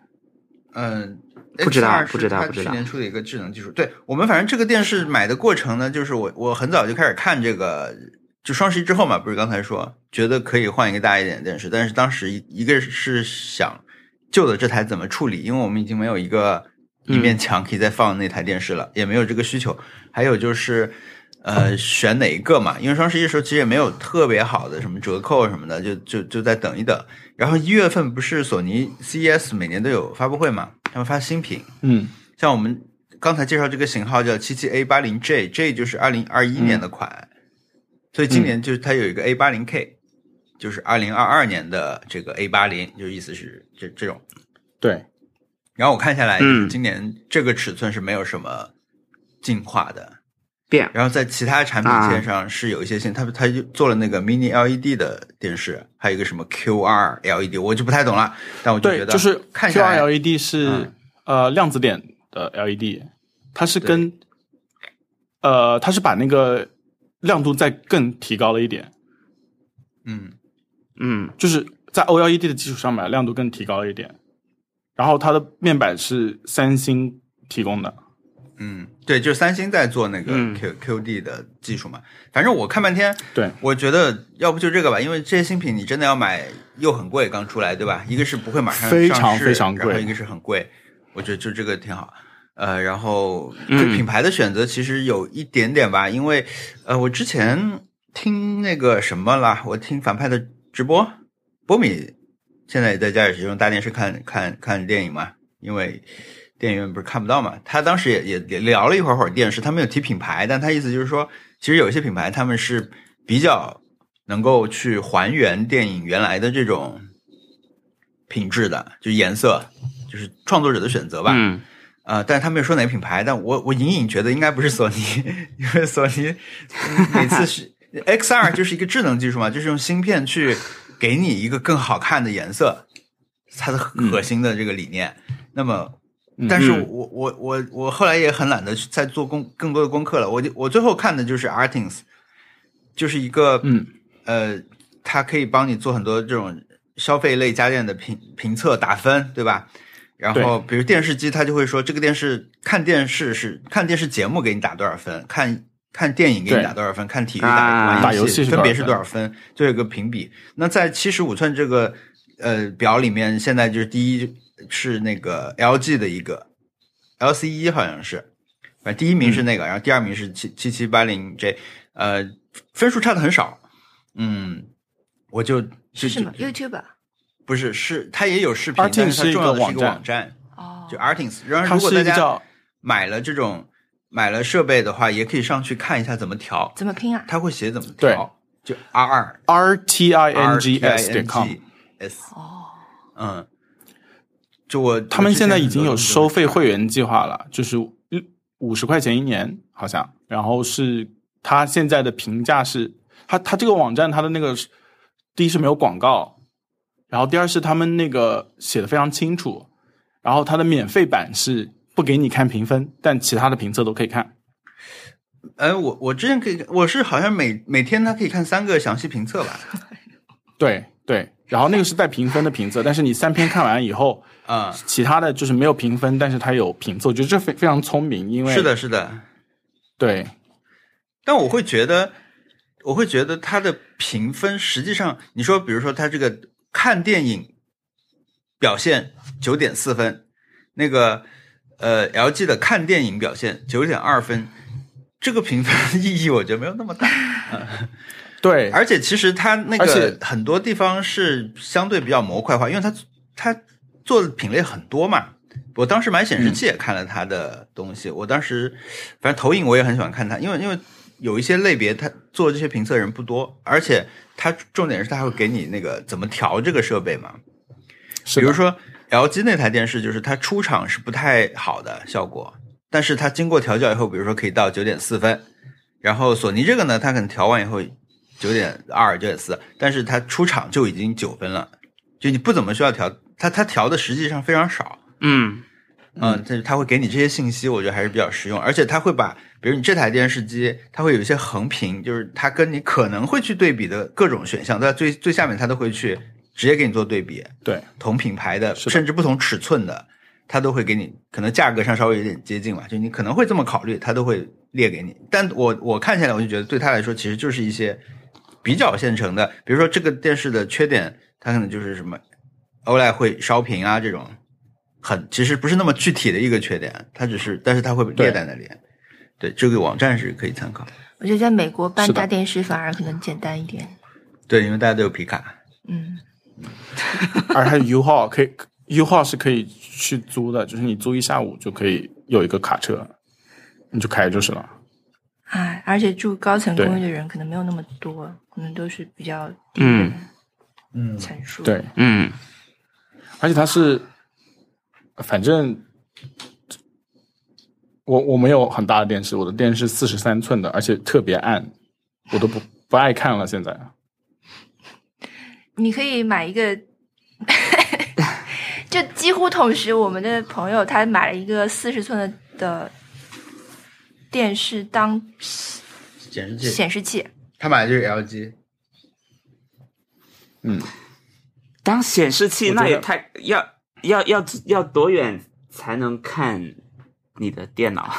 嗯，
不知道
XR 是
不知道
他
不知
去
道
年出的一个智能技术，对我们反正这个电视买的过程呢，就是我我很早就开始看这个，就双十一之后嘛，不是刚才说觉得可以换一个大一点的电视，但是当时一一个是想旧的这台怎么处理，因为我们已经没有一个
嗯
一面墙可以再放那台电视了，也没有这个需求。还有就是，呃，选哪一个嘛？因为双十一的时候其实也没有特别好的什么折扣什么的，就就就再等一等。然后一月份不是索尼 CES 每年都有发布会嘛，他们发新品，
嗯
像我们刚才介绍这个型号叫七七 A 八零 J，J 就是二零二一年的款，所以今年就是它有一个 A 八零 K，就是二零二二年的这个 A 八零，就意思是这这种。
对，
然后我看下来，
嗯
今年这个尺寸是没有什么进化的，
变
然后在其他产品线上是有一些线，他他就做了那个 mini LED 的电视，还有一个什么 QR LED，我就 E 不太懂了，但我就觉
对，
得
就是
看起来
QR LED E 是、
嗯
呃量子点的 LED，它是跟呃它是把那个亮度再更提高了一点，
嗯
嗯
就是在 OLED 的基础上把亮度更提高了一点，然后它的面板是三星提供的，
嗯，对，就是三星在做那个
嗯
Q、QD 的技术嘛，反正我看半天，
对，
我觉得要不就这个吧，因为这些新品你真的要买又很贵，刚出来对吧？一个是不会马上
非
上
常
市
非常
然后
贵
一个是很贵，我觉得就这个挺好。呃，然后
嗯
对品牌的选择其实有一点点吧，因为呃，我之前听那个什么啦，我听反派的直播，波米现在也在家也是用大电视看看看电影嘛，因为电影院不是看不到嘛。他当时也也也聊了一会儿会儿电视，他没有提品牌，但他意思就是说，其实有一些品牌他们是比较能够去还原电影原来的这种品质的，就颜色，就是创作者的选择吧。
嗯
呃，但是他没有说哪个品牌，但我我隐隐觉得应该不是索尼， 因为索尼嗯每次是 XR 就是一个智能技术嘛，就是用芯片去给你一个更好看的颜色，它的核心的这个理念。那么，但是
嗯
我我我我后来也很懒得去再做功更多的功课了，我就我最后看的就是 Artings，就是一个
嗯
呃，它可以帮你做很多这种消费类家电的评评测打分，对吧？然后比如电视机，它就会说这个电视看电视是看电视节目给你打多少分，看看电影给你
对
打多少分，看体育
啊
打
打游戏是
分别是
多
多少
少
分，就有一个评比。那在七十五寸这个呃表里面，现在就是第一是那个 LG 的一个 LC 一好像是，反正第一名
嗯
是那个，然后第二名是七七七八零 J，呃，分数差的很少。嗯，我就就是
什么
就
YouTube 啊
不是是它也有视频
Artin
但是
是
它
一
重
个
要的是
网
一个
站
网站，
哦
就 Artins。然后
它
如果
是
大
一个
家
叫
买了这种买了设备的话，也可以上去看一下怎么调，
怎么拼啊？
它会写怎么
对
调，就 R 二
R T I N
R
G
T
S
I
点
N
com。
G S，
哦，
嗯，就我
他们现在已经有收费
会。
会员计划了，就是五十块钱一年，好像。然后是它现在的评价是，它它这个网站它的那个是第一是没有广告，然后第二是他们那个写的非常清楚，然后它的免费版是不给你看评分，但其他的评测都可以看。
哎，我我之前可以，我是好像每每天它可以看三个详细评测吧，
对对，然后那个是带评分的评测，但是你三篇看完以后，
啊、
其他的就是没有评分，但是它有评测，我觉得这非非常聪明，因为
是的，是的，
对
但我会觉得，我会觉得它的评分实际上，你说比如说它这个看电影表现九点四分，那个呃 LG 的看电影表现九点二分，这个评分 意义我觉得没有那么大。
对，
而且其实它那
而且
个很多地方是相对比较模块化，因为它它做的品类很多嘛。我当时买显示器也看了它的东西，我当时反正投影我也很喜欢看它，因为因为有一些类别它做这些评测的人不多，而且它重点是它会给你那个怎么调这个设备嘛。
是的
比如说 LG 那台电视，就是它出厂是不太好的效果，但是它经过调教以后，比如说可以到九点四分，然后索尼这个呢，它可能调完以后九点二、九点四，但是它出厂就已经九分了，就你不怎么需要调，它它调的实际上非常少，
嗯
嗯，但是它会给你这些信息，我觉得还是比较实用，而且它会把，比如你这台电视机，它会有一些横屏，就是它跟你可能会去对比的各种选项，在最最下面它都会去直接给你做对比，
对。
同品牌的，
是的
甚至不同尺寸的，它都会给你，可能价格上稍微有点接近吧，就你可能会这么考虑，它都会列给你。但我我看下来，我就觉得对他来说，其实就是一些比较现成的，比如说这个电视的缺点，它可能就是什么 OLED 会烧屏啊这种，很其实不是那么具体的一个缺点，它只是，但是它会列在那里。对，这个网站是可以参考。
我觉得在美国搬
是的
大电视反而可能简单一点。
对，因为大家都有皮卡。
嗯，
而它的 U 号可以 U 号是可以去租的，就是你租一下午就可以有一个卡车，你就开就是了。
哎，而且住高层
对
公寓的人可能没有那么多，可能都是比较低
嗯
嗯
的层数。
对，
嗯
而且它是，反正我我没有很大的电视，我的电视四十三寸的，而且特别暗，我都不不爱看了。现在
你可以买一个，就几乎同时，我们的朋友他买了一个四十寸的的电视当
显示器，
显示器，
他买的就是 LG，
嗯
当显示器
我觉得
那也太要要要要多远才能看你的电脑？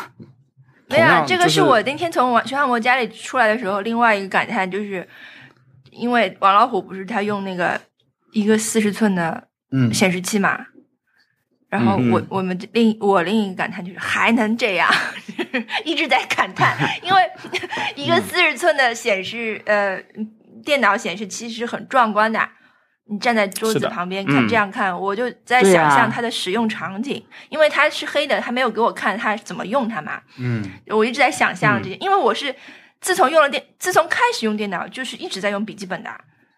没有
同
啊，
样
这个
就是
我那天从王徐汉博家里出来的时候，另外一个感叹就是，因为王老虎不是他用那个一个四十寸的
嗯，
显示器嘛，然后
嗯
我我们另我另一个感叹就是还能这样， 一直在感叹，因为一个四十寸的显示呃电脑显示器是很壮观的。你站在桌
是
子
的
旁边看，
嗯
这样看，我就在
对
想
啊
象它的使用场景，因为它是黑的，它没有给我看它怎么用它嘛。
嗯
我一直在想象这些，因为我是自从用了电，自从开始用电脑就是一直在用笔记本的，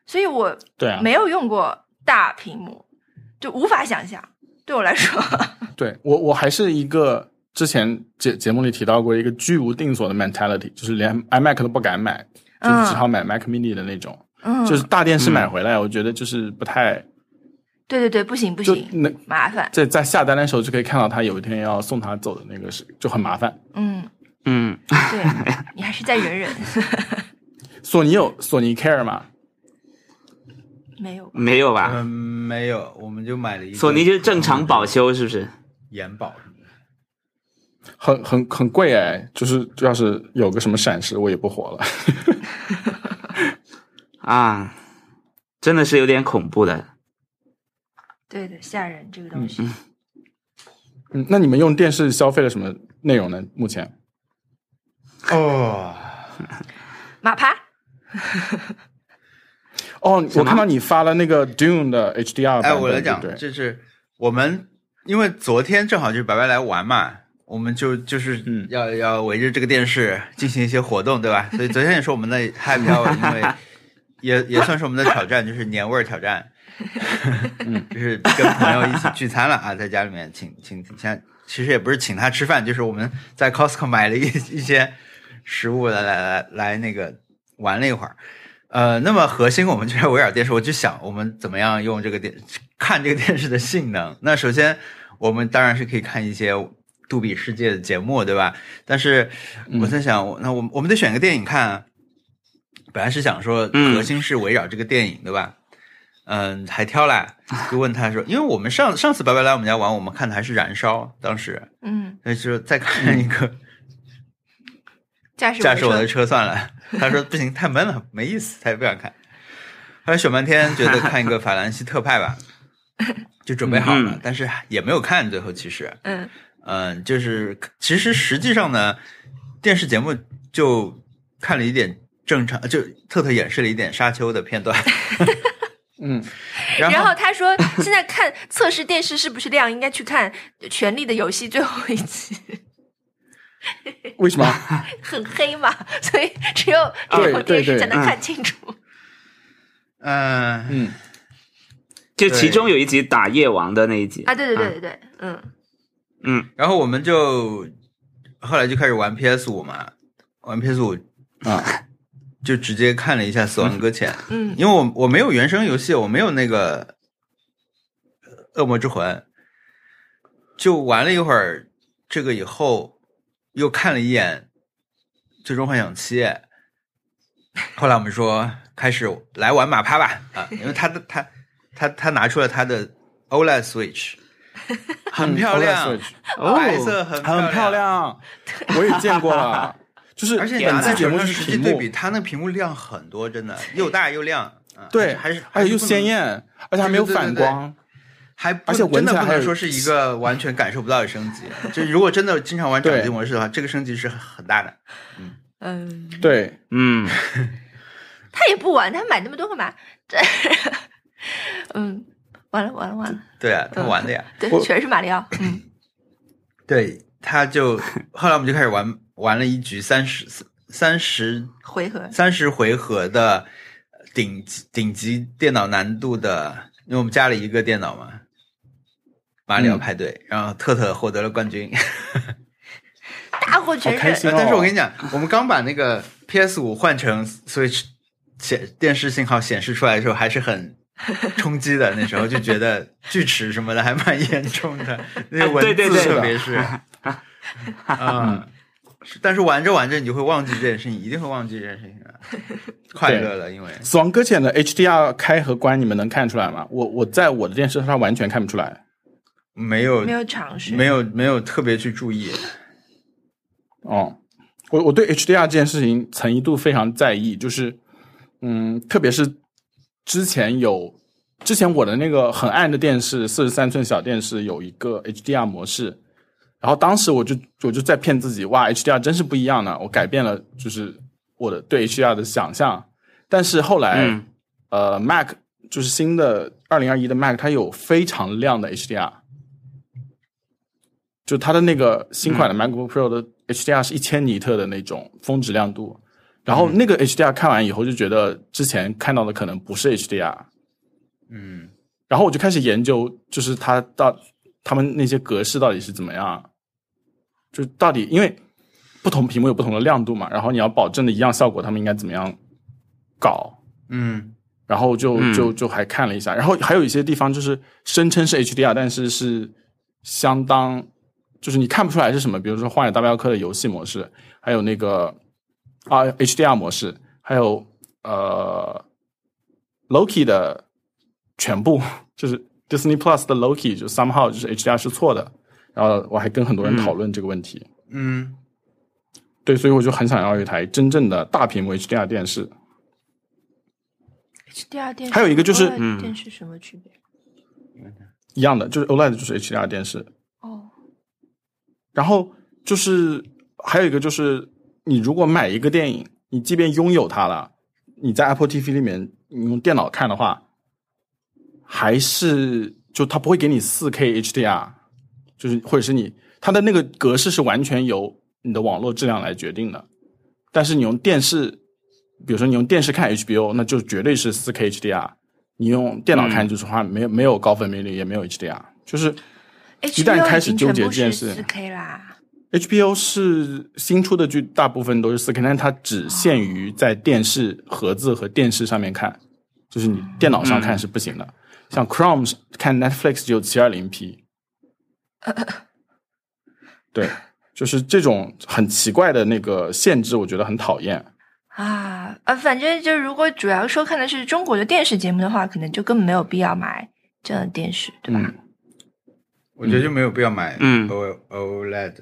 所以我
对啊，
没有用过大屏幕，就无法想象。对我来说，
对我我还是一个之前节节目里提到过一个居无定所的 mentality，就是连 iMac 都不敢买，就是只好买 Mac Mini 的那种，
嗯，
就是大电视
嗯
买回来，我觉得就是不太
对对对，不行不
就
行，
能
麻烦，
在在下单的时候就可以看到他有一天要送他走的那个是就很麻烦。
嗯，
嗯，
对你还是再忍忍，
索尼有索尼 Care 嘛？
没 有
没有吧？
嗯，没有，我们就买了一个
啊索尼就是正常保修，是不是？
延保什么的，
很很很贵哎，就是要是有个什么闪失，我也不活了。
啊，真的是有点恐怖的。
对的吓人这个东西。
嗯，那你们用电视消费了什么内容呢？目前
哦，
马趴，
哦，
什么
我看到你发了那个 Dune 的 HDR 版本，
哎，我来讲
对，不对
就是我们因为昨天正好就是白白来玩嘛，我们就就是
嗯
要、要围着这个电视进行一些活动，对吧？所以昨天也是我们 的 Happy Hour，因为也也算是我们的挑战，就是年味儿挑 战，
嗯
就是跟朋友一起聚餐了啊，在家里面请请请他，其实也不是请他吃饭，就是我们在 Costco 买了一一些食物来来来来那个玩了一会儿。呃，那么核心我们就是围绕电视，我就想我们怎么样用这个电看这个电视的性能。那首先我们当然是可以看一些杜比世界的节目，对吧？但是我在想，那我们我们得选个电影看啊。本来是想说
嗯
核心是围绕这个电影，对吧？嗯，还挑啦，就问他说，因为我们上上次白白来我们家玩，我们看的还是《燃烧》，当时
嗯，
那就再看一个《
驾驶
驾驶我
的
的
车，
车》算了。 他说不行，太闷了，没意思，他也不想看。后来选半天，觉得看一个《法兰西特派》吧，就准备好了，
嗯
但是也没有看。最后其实，
嗯
嗯，就是其实实际上呢，电视节目就看了一点正常，就特特演示了一点沙丘的片段，
嗯，
然
然后他说现在看测试电视是不是亮，应该去看《权力的游戏》最后一集。
为什么？
很黑嘛， 所以只有这
对
种电视
对
才能
对
看清楚。
嗯、
嗯，
就
对
其中有一集打夜王的那一集
啊，对对对对对，嗯，
嗯
然后我们就后来就开始玩 PS 五嘛，玩 PS 五
啊，
就直接看了一下《死亡搁浅》
嗯
因为我我没有原声游戏，我没有那个《恶魔之魂》，就玩了一会儿这个以后，又看了一眼《最终幻想七》，后来我们说开始来玩马趴吧啊，因为他的他他他拿出了他的 OLED Switch，很
嗯
漂亮。
OLED E Switch
哦
白色很
很漂，亮，我也见过了。就 是
而且你
本
拿在
期节
手
目
上
是
实际
屏
对
幕
比，，它那屏幕亮很多，真的又大又亮，嗯
对，
还是
哎而且
还是不
又
能
鲜，艳，而且还没有反光。
还不
而且闻
真
起
的
来
不
还
能
有
说是一个完全感受不到的升 级。就如果真的经常玩掌机
对
模式的话，这个升级是很很大的。
嗯，
对，
嗯，
他也不玩，他买那么多干嘛？这，嗯，完了完了完了，
对啊，他玩的呀。
对
我，
全是马里奥，嗯，
对，他就后来我们就开始玩玩了一局三十三十
回合，
三十回合的顶级顶级电脑难度的，因为我们加了一个电脑
嗯
嘛，马里奥派对，然后特特获得了冠军。
大获全
好开心
胜。
哦
但是我跟你讲，我们刚把那个 PS 五换成 Switch 显电视信号显示出来的时候，还是很冲击的。那时候就觉得锯齿什么的还蛮严重 的，那个文
对对
字
对
特 别是，嗯，是但是玩着玩着你就会忘记这件事情，一定会忘记这件事情的，快乐了，因为
死亡搁浅的 HDR 开和关，你们能看出来吗？我我在我的电视上完全看不出来。
没有
没有尝试，
没有没有特别去注意，
哦，我我对 HDR 这件事情曾一度非常在意，就是嗯，特别是之前有之前我的那个很暗的电视，四十三寸小电视有一个 HDR 模式，然后当时我就我就在骗自己，哇，HDR 真是不一样呢，我改变了就是我的对 HDR 的想象，但是后来、
嗯
呃 Mac 就是新的二零二一的 Mac，它有非常亮的 HDR。就它的那个新款的 MacBook Pro 的 HDR 是一千尼特的那种峰值亮度，然后那个 HDR 看完以后就觉得之前看到的可能不是 HDR，
嗯
然后我就开始研究，就是它到他们那些格式到底是怎么样，就到底因为不同屏幕有不同的亮度嘛，然后你要保证的一样效果，他们应该怎么样搞？
嗯
然后就
嗯
就就还看了一下，然后还有一些地方就是声称是 HDR，但是是相当就是你看不出来是什么，比如说《荒野大镖客》的游戏模式，还有那个啊 HDR 模式，还有呃 Loki 的全部， 就是 Disney Plus 的 Loki，就 somehow 就是 HDR 是错的，然后我还跟很多
嗯
人讨论这个问题，
嗯，
对，所以我就很想要一台真正的大屏幕 HDR 电视，
第二电视，
还有一个就是
嗯
电视什么区别？
一样的，就是 OLED 就是 HDR 电视。
哦，
然后就是还有一个就是，你如果买一个电影，你即便拥有它了，你在 Apple TV 里面你用电脑看的话，还是就它不会给你四 K HDR，就是或者是你它的那个格式是完全由你的网络质量来决定的。但是你用电视，比如说你用电视看 HBO，那就绝对是四 K HDR。你用电脑看就是话没有没有高分辨率，也没有 HDR，就是一旦开始纠结这件事
四 K 啦，
HBO 是新出的剧，大部分都是四 K，但它
哦
只限于在电视盒子和电视上面看，就是你电脑
嗯
上看是不行的。像 Chrome 是看 Netflix 只有七二零 P，对，就是这种很奇怪的那个限制，我觉得很讨厌。
啊啊，反正就如果主要收看的是中国的电视节目的话，可能就根本没有必要买这样的电视，对
嗯
吧？
我觉得就没有必要买
嗯
O OLED，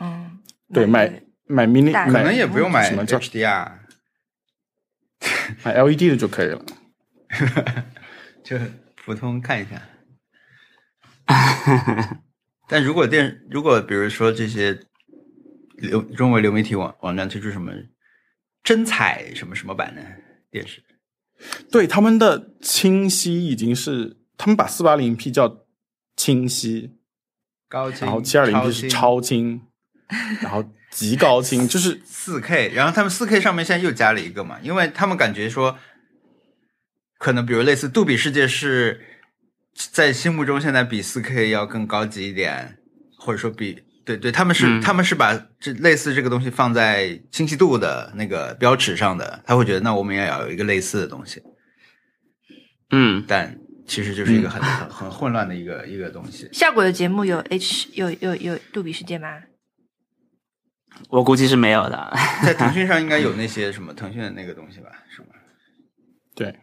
嗯，
对，买买 mini
大
买
的
可能也不用买
什么叫
HDR。
买 LED 的就可以了。
就普通看一下。但如果电，如果比如说这些流中国流媒体网网站推出什么真彩什么什么版的电视，
对，他们的清晰已经是他们把四八零 P 叫清晰，
高清，
然后七二零 P 是
清
超清，然后极高清，就是
四 K，然后他们四 K 上面现在又加了一个嘛，因为他们感觉说，可能比如类似杜比世界是在心目中现在比四 K 要更高级一点，或者说比对对，他们是、
嗯
他们是把这类似这个东西放在清晰度的那个标尺上的，他会觉得那我们也要有一个类似的东西，
嗯，
但其实就是一个很、很很混乱的一个一个东西。
效果的节目有 H 有有有杜比世界吗？
我估计是没有的。
在腾讯上应该有那些什么腾讯的那个东西吧，是吗？
对，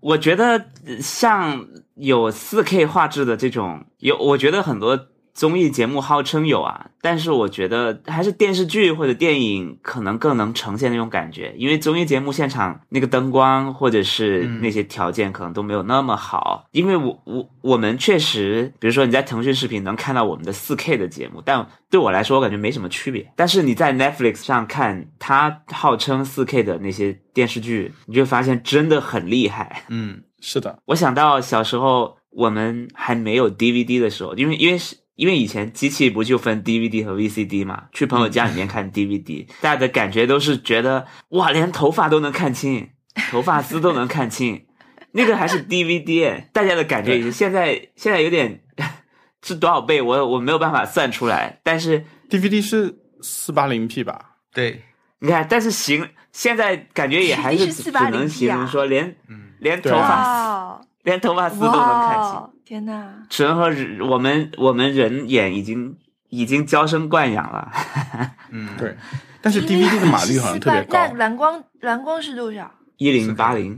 我觉得呃像有四 K 画质的这种，有我觉得很多综艺节目号称有啊，但是我觉得还是电视剧或者电影可能更能呈现那种感觉，因为综艺节目现场那个灯光或者是
嗯
那些条件可能都没有那么好。因为我我我们确实，比如说你在腾讯视频能看到我们的四 K 的节目，但对我来说我感觉没什么区别。但是你在 Netflix 上看它号称四 K 的那些电视剧，你就会发现真的很厉害。
嗯
是的，
我想到小时候我们还没有 DVD 的时候，因为因为是。因为以前机器不就分 DVD 和 VCD 嘛，去朋友家里面看 DVD，、大家的感觉都是觉得哇，连头发都能看清，头发丝都能看清，那个还是 DVD，哎大家的感觉已经现在现在有点是多少倍，我我没有办法算出来，但是
DVD 是四八零 P 吧，
对，
你看，但是形现在感觉也还
是
只只
480p
能形容说连
嗯，
连头
对
发
哇哦
连头发丝都能看清。
啊哇！天哪，
唇和人我们我们人眼已经已经娇生惯养了，
嗯，
对。但是
因为
DVD 的码率好像特别
480
高
那，蓝光蓝光是多少？
一零八零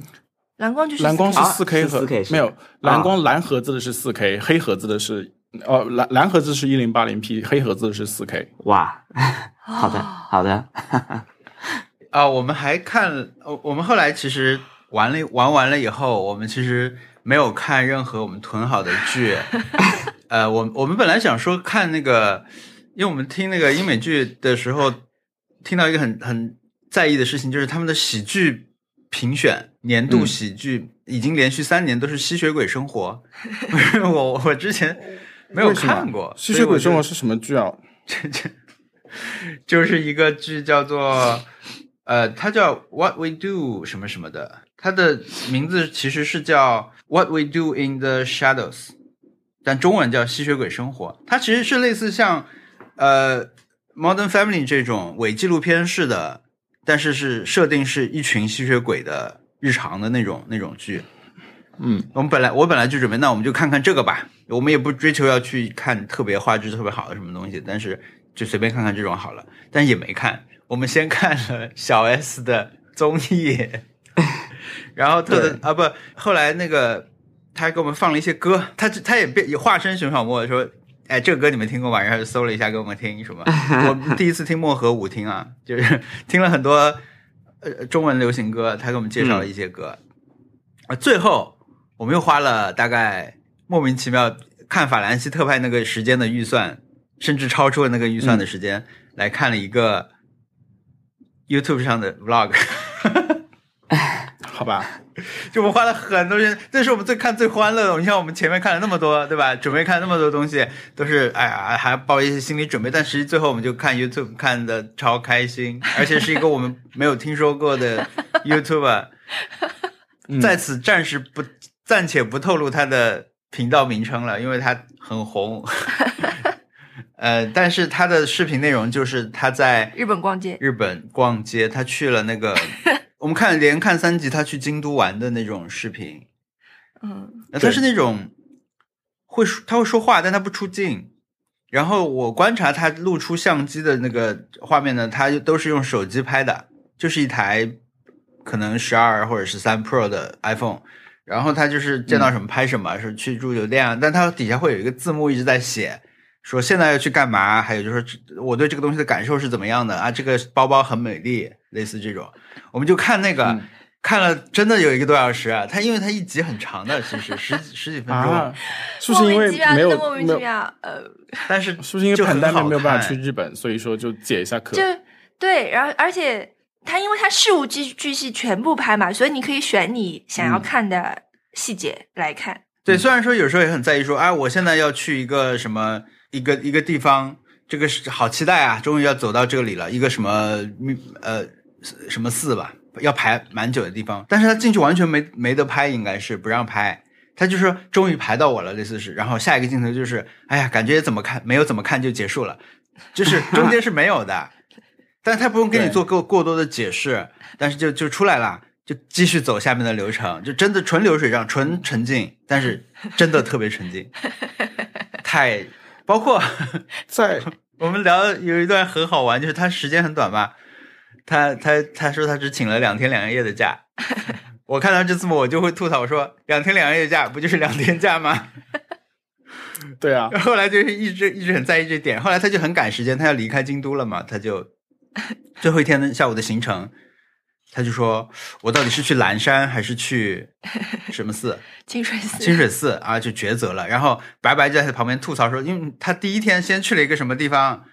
蓝光就是
蓝光是
啊
四 K
是
和
4K 是
没有
吧
蓝光蓝盒子的是四 K，黑盒子的是哦蓝蓝盒子是一零八零 P，黑盒子的是四 K。
哇，好
好哦
的好 的，
啊，我们还看，我我们后来其实玩了玩完了以后，我们其实没有看任何我们囤好的剧。呃，我我们本来想说看那个，因为我们听那个英美剧的时候，听到一个很很在意的事情，就是他们的喜剧评选年度
嗯
喜剧已经连续三年都是《吸血鬼生活》 我我之前没有
为什么
看过，
吸
所以
血
我
鬼
就
生活》是什么剧啊？
就是一个剧叫做呃，它叫《What We Do》什么什么的，它的名字其实是叫《What We Do in the Shadows》，但中文叫《吸血鬼生活》。它其实是类似像呃《Modern Family》这种伪纪录片式的，但是是设定是一群吸血鬼的日常的那种那种剧。
嗯，
我们本来我本来就准备，那我们就看看这个吧。我们也不追求要去看特别画质特别好的什么东西，但是就随便看看这种好了。但也没看，我们先看了小 S 的综艺， 然后特的啊不，后来那个他还给我们放了一些歌，他他也变也化身熊小莫说。哎，这个歌你们听过吧？然后就搜了一下给我们听什么？我第一次听漠河舞厅啊，就是听了很多呃中文流行歌，他给我们介绍了一些歌。啊，最后我们又花了大概莫名其妙看法兰西特派那个时间的预算，甚至超出了那个预算的时间，来看了一个 YouTube 上的 Vlog，
好吧，
就我们花了很多时间，那是我们最看最欢乐的。你像我们前面看了那么多，对吧？准备看那么多东西，都是哎呀，还抱一些心理准备，但实际最后我们就看 YouTube 看的超开心，而且是一个我们没有听说过的 YouTuber。
嗯
在此暂时不暂且不透露他的频道名称了，因为他很红。 呃，但是他的视频内容就是他在
日本逛街，
日本逛街，他去了那个我们看连看三集，他去京都玩的那种视频。
嗯，
呃
对
他是那种会说他会说话，但他不出镜。然后我观察他露出相机的那个画面呢，他都是用手机拍的，就是一台可能十二或者十三 Pro 的 iPhone。然后他就是见
嗯
到什么拍什么，是去住酒店啊，但他底下会有一个字幕一直在写。说现在要去干嘛？还有就是这我对这个东西的感受是怎么样的啊？这个包包很美丽，类似这种，我们就看那个，
嗯
看了真的有一个多小时啊。它因为它一集很长的，其实十几十几分钟，
啊，是不是因
莫
为
名其妙，
没
真
有
的莫名
没
其
有？
妙，呃，
但是
是不是因为
就很
pandemic
好
没有办法
看
去日本，所以说就解一下渴？
就对，然后而且它因为它事无巨巨细全部拍嘛，所以你可以选你想要
嗯
看的细节来看。
对，虽然说有时候也很在意说，啊，我现在要去一个什么一个一个地方，这个是好期待啊，终于要走到这里了，一个什么嗯呃什么寺吧，要排蛮久的地方，但是他进去完全没没得拍，应该是不让拍。他就说终于排到我了，类似是，然后下一个镜头就是，哎呀，感觉怎么看没有怎么看就结束了，就是中间是没有的， 但他不用给你
对
做过过多的解释，但是就就出来了，就继续走下面的流程，就真的纯流水账，纯沉浸，但是真的特别沉浸，太包括
在
我们聊有一段很好玩，就是他时间很短嘛，他他他说他只请了两天两夜的假，我看到这字幕我就会吐槽说两天两夜的假不就是两天假吗？
对啊，
后来就是一直一直很在意这点，后来他就很赶时间，他要离开京都了嘛，他就最后一天的下午的行程，他就说我到底是去岚山还是去什么寺？
清水寺，
清水寺啊，就抉择了。然后白白就在他旁边吐槽说，因为他第一天先去了一个什么地方，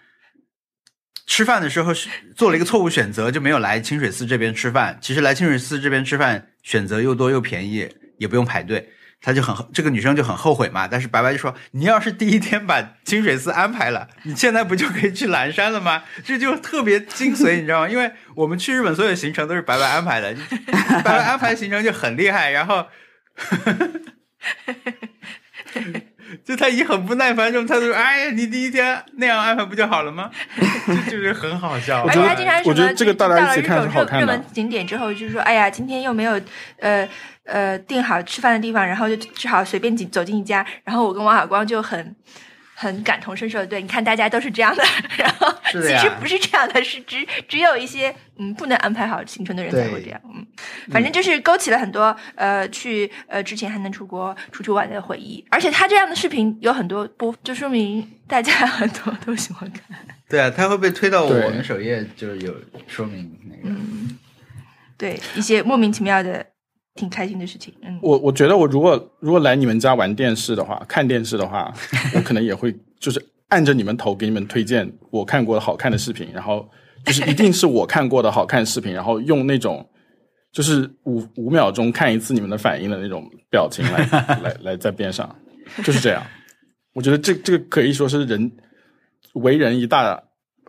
吃饭的时候是做了一个错误选择，就没有来清水寺这边吃饭。其实来清水寺这边吃饭，选择又多又便宜，也不用排队。他就很这个女生就很后悔嘛，但是白白就说：“你要是第一天把清水寺安排了，你现在不就可以去岚山了吗？”这就特别精髓，你知道吗？因为我们去日本所有行程都是白白安排的，白白安排行程就很厉害。然后 就他已经很不耐烦，这种态度，哎呀，你第一天那样安排不就好了吗？就 就是很好笑。
我
而
觉
且
得
他经常什
我觉
么
得这个
就
大
到
家
了
一起
这
看
种
是好
热
看
热
的
门景点之后，就说哎呀，今天又没有呃呃订好吃饭的地方，然后就只好随便进走进一家。然后我跟王小光就很很感同身受，对，你看大家都是这样的， 然后
是的
其
呀
实不是这样的，是只只有一些嗯不能安排好行程的人才会
对
这样，嗯，反正就是勾起了很多呃去呃之前还能出国出去玩的回忆。而且他这样的视频有很多播，就说明大家 很多都喜欢看。
对啊，他会被推到我
对
们首页，就是有说明那个。
嗯，对，一些莫名其妙的挺开心的事情，嗯，
我我觉得我如果如果来你们家玩电视的话，看电视的话，我可能也会就是按着你们头给你们推荐我看过的好看的视频，然后就是一定是我看过的好看视频，然后用那种就是五五秒钟看一次你们的反应的那种表情来来来在边上，就是这样。我觉得这这个可以说是人为人一大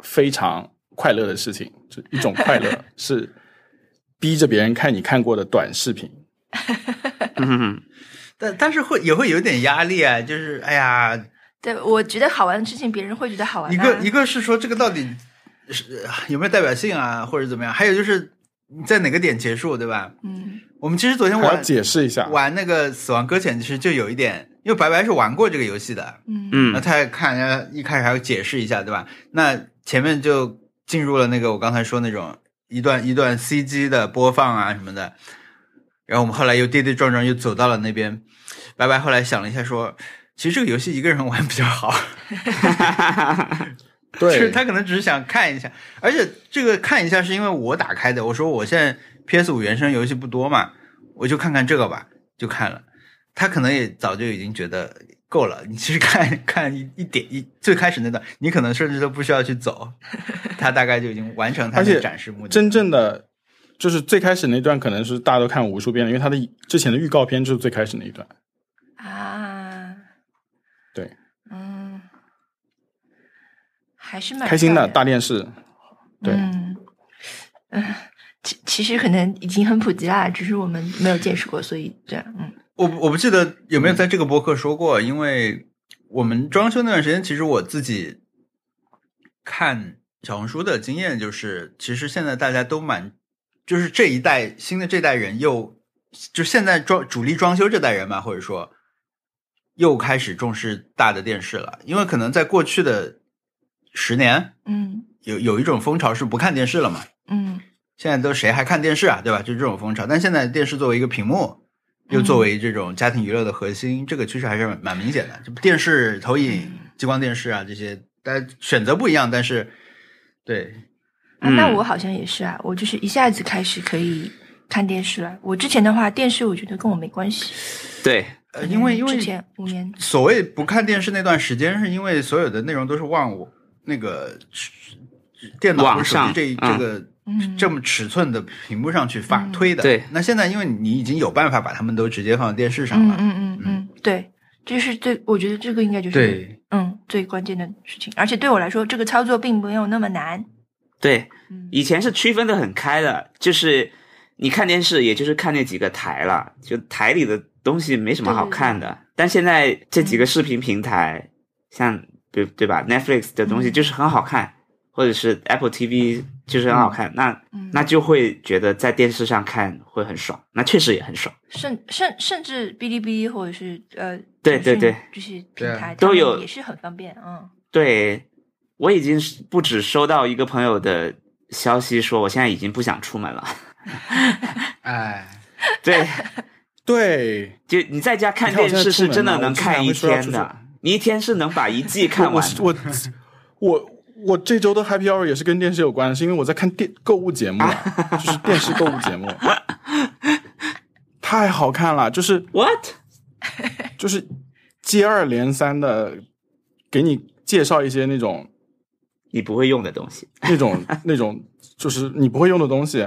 非常快乐的事情，就一种快乐是逼着别人看你看过的短视频。
嗯，
但但是会也会有点压力啊，就是哎呀，
对，我觉得好玩的事情，别人会觉得好玩啊
一
吧。
个一个是说这个到底是 有没有代表性啊，或者怎么样，还有就是你在哪个点结束，对吧？
嗯，
我们其实昨天
我要
玩
解释一下，
玩那个《死亡搁浅》，其实就有一点，因为白白是玩过这个游戏的，
嗯
嗯
那他也看人家一开始还要解释一下，对吧？那前面就进入了那个我刚才说那种一段一段 CG 的播放啊什么的，然后我们后来又跌跌撞撞又走到了那边，白白后来想了一下说。其实这个游戏一个人玩比较好，就是
对，
他可能只是想看一下，而且这个看一下是因为我打开的，我说我现在 PS 五原生游戏不多嘛，我就看看这个吧，就看了。他可能也早就已经觉得够了，你其实看看一一点一最开始那段，你可能甚至都不需要去走，他大概就已经完成他
而且
的展示目的。
真正的就是最开始那段，可能是大家都看无数遍了，因为它的之前的预告片就是最开始那一段。
啊，
对，
嗯，还是蛮
开心
帅
的
的，
大电视，对
嗯，嗯其其实可能已经很普及啦，只是我们没有见识过，所以这样，嗯
我不我不记得有没有在这个播客说过，因为我们装修那段时间，其实我自己看小红书的经验就是，其实现在大家都蛮，就是这一代新的这代人又，就现在装主力装修这代人嘛，或者说又开始重视大的电视了，因为可能在过去的十年，
嗯
有有一种风潮是不看电视了嘛，
嗯
现在都谁还看电视啊，对吧？就这种风潮。但现在电视作为一个屏幕，又
嗯
作为这种家庭娱乐的核心，这个趋势还是蛮明显的。就电视、投
嗯
影、激光电视啊这些，大家选择不一样，但是对，
啊，那
嗯
我好像也是啊，我就是一下子开始可以看电视了。我之前的话，电视我觉得跟我没关系。
对，
呃，因
嗯
为因
之
为
前五年，
所谓不看电视那段时间，是因为所有的内容都是往我那个电脑或者手
网上
机这一
嗯
这个
嗯，
这么尺寸的屏幕上去发
嗯
推的。
对，
那现在因为你已经有办法把它们都直接放到电视上
嗯
了，
嗯嗯嗯，对，这是最，我觉得这个应该就是
对。
嗯最关键的事情。而且对我来说，这个操作并没有那么难。
对，
嗯
以前是区分的很开的，就是你看电视，也就是看那几个台了，就台里的东西没什么好看的。但现在这几个视频平台，像对对吧，Netflix 的东西
嗯
就是很好看，或者是 Apple TV 就是很好看，那
嗯，
那就会觉得在电视上看会很爽，那确实也很爽。
甚甚甚至哔哩哔哩或者是呃，
对对
腾讯
对
这些平
对啊
台
都
他们
有
也是很方便。嗯
对我已经是不止收到一个朋友的消息说，我现在已经不想出门了。
哎，
对。
对，
就你在家看
你看我
电
现在
视是真的
出门嘛
能看一
我经常
天
会说要出
的，你一天是能把一 季看
我
完的。
我我我这周的 Happy Hour 也是跟电视有关，是因为我在看电购物节目啊，就是电视购物节目，太好看了，就是。
What？
就是接二连三的给你介绍一些那种
你不会用的东西。
那种那种就是你不会用的东西，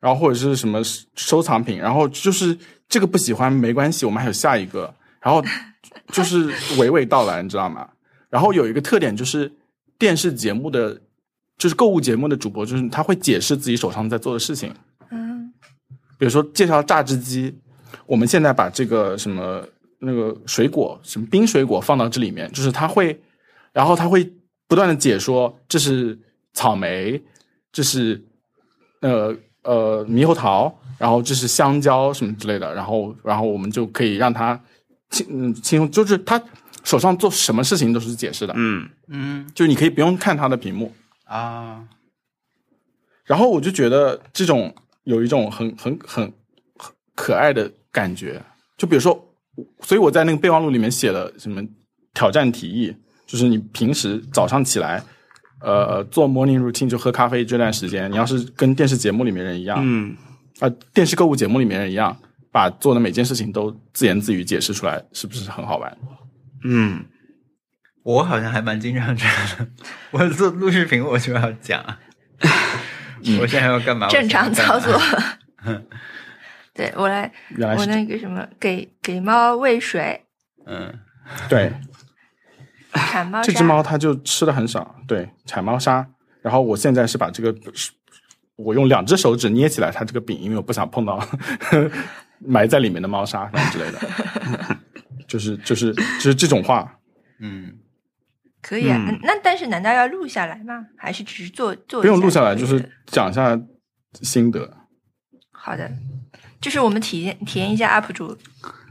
然后或者是什么收藏品，然后就是这个不喜欢没关系，我们还有下一个，然后就是娓娓道来，你知道吗？然后有一个特点就是电视节目的，就是购物节目的主播，就是他会解释自己手上在做的事情，
嗯
比如说介绍榨汁机，我们现在把这个什么那个水果，什么冰水果放到这里面，就是它会，然后它会不断的解说这是草莓，这是呃呃猕猴桃，然后这是香蕉什么之类的，然后然后我们就可以让他轻嗯轻松，就是他手上做什么事情都是解释的，
嗯，
嗯
就是你可以不用看他的屏幕，
啊，
然后我就觉得这种有一种很很很很可爱的感觉。就比如说，所以我在那个备忘录里面写了什么挑战提议，就是你平时早上起来，呃，做 morning routine 就喝咖啡这段时间，你要是跟电视节目里面人一样，啊、
嗯，
电视购物节目里面人一样，把做的每件事情都自言自语解释出来，是不是很好玩？
嗯，
我好像还蛮经常这样的。我做录视频，我就要讲，我现在要干嘛？
正常操
我现在要
作
干嘛。
对我来，
原来
我
是这
那个什么，给给猫喂水，
嗯，
对，
铲猫
这只
砂，
猫它就吃的很少，对，铲猫砂。然后我现在是把这个，我用两只手指捏起来它这个饼，因为我不想碰到 埋在里面的猫砂什么之类的。 就是就是就是这种话，
嗯，
可以啊。
嗯
那但是难道要录下来吗？还是只是做做？
不用录下来，就是讲一下心得。
好的，就是我们体验体验一下 UP 主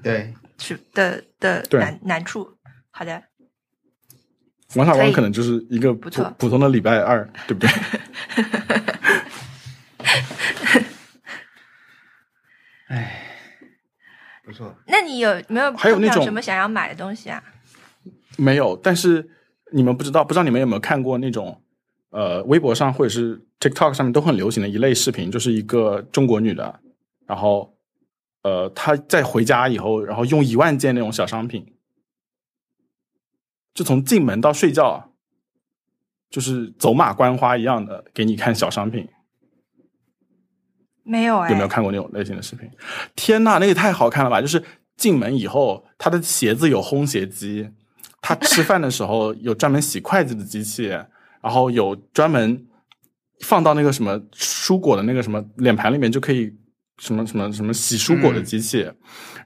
对，
是的的
对
难难处。好的，
王小
可
光
以
可能就是一个
不
普
错
普通的礼拜二，对不对？
不错。
那你有没有
还有
碰
那
到
种
什么想要买的东西啊？
没有，但是你们不知道，不知道你们有没有看过那种呃，微博上或者是 TikTok 上面都很流行的一类视频，就是一个中国女的，然后呃，她在回家以后，然后用一万件那种小商品，就从进门到睡觉，就是走马观花一样的给你看小商品。
没有哎，
有没有看过那种类型的视频？天呐，那个太好看了吧！就是进门以后，他的鞋子有烘鞋机，他吃饭的时候有专门洗筷子的机器，然后有专门放到那个什么蔬果的那个什么脸盘里面就可以什么什么什么洗蔬果的机器。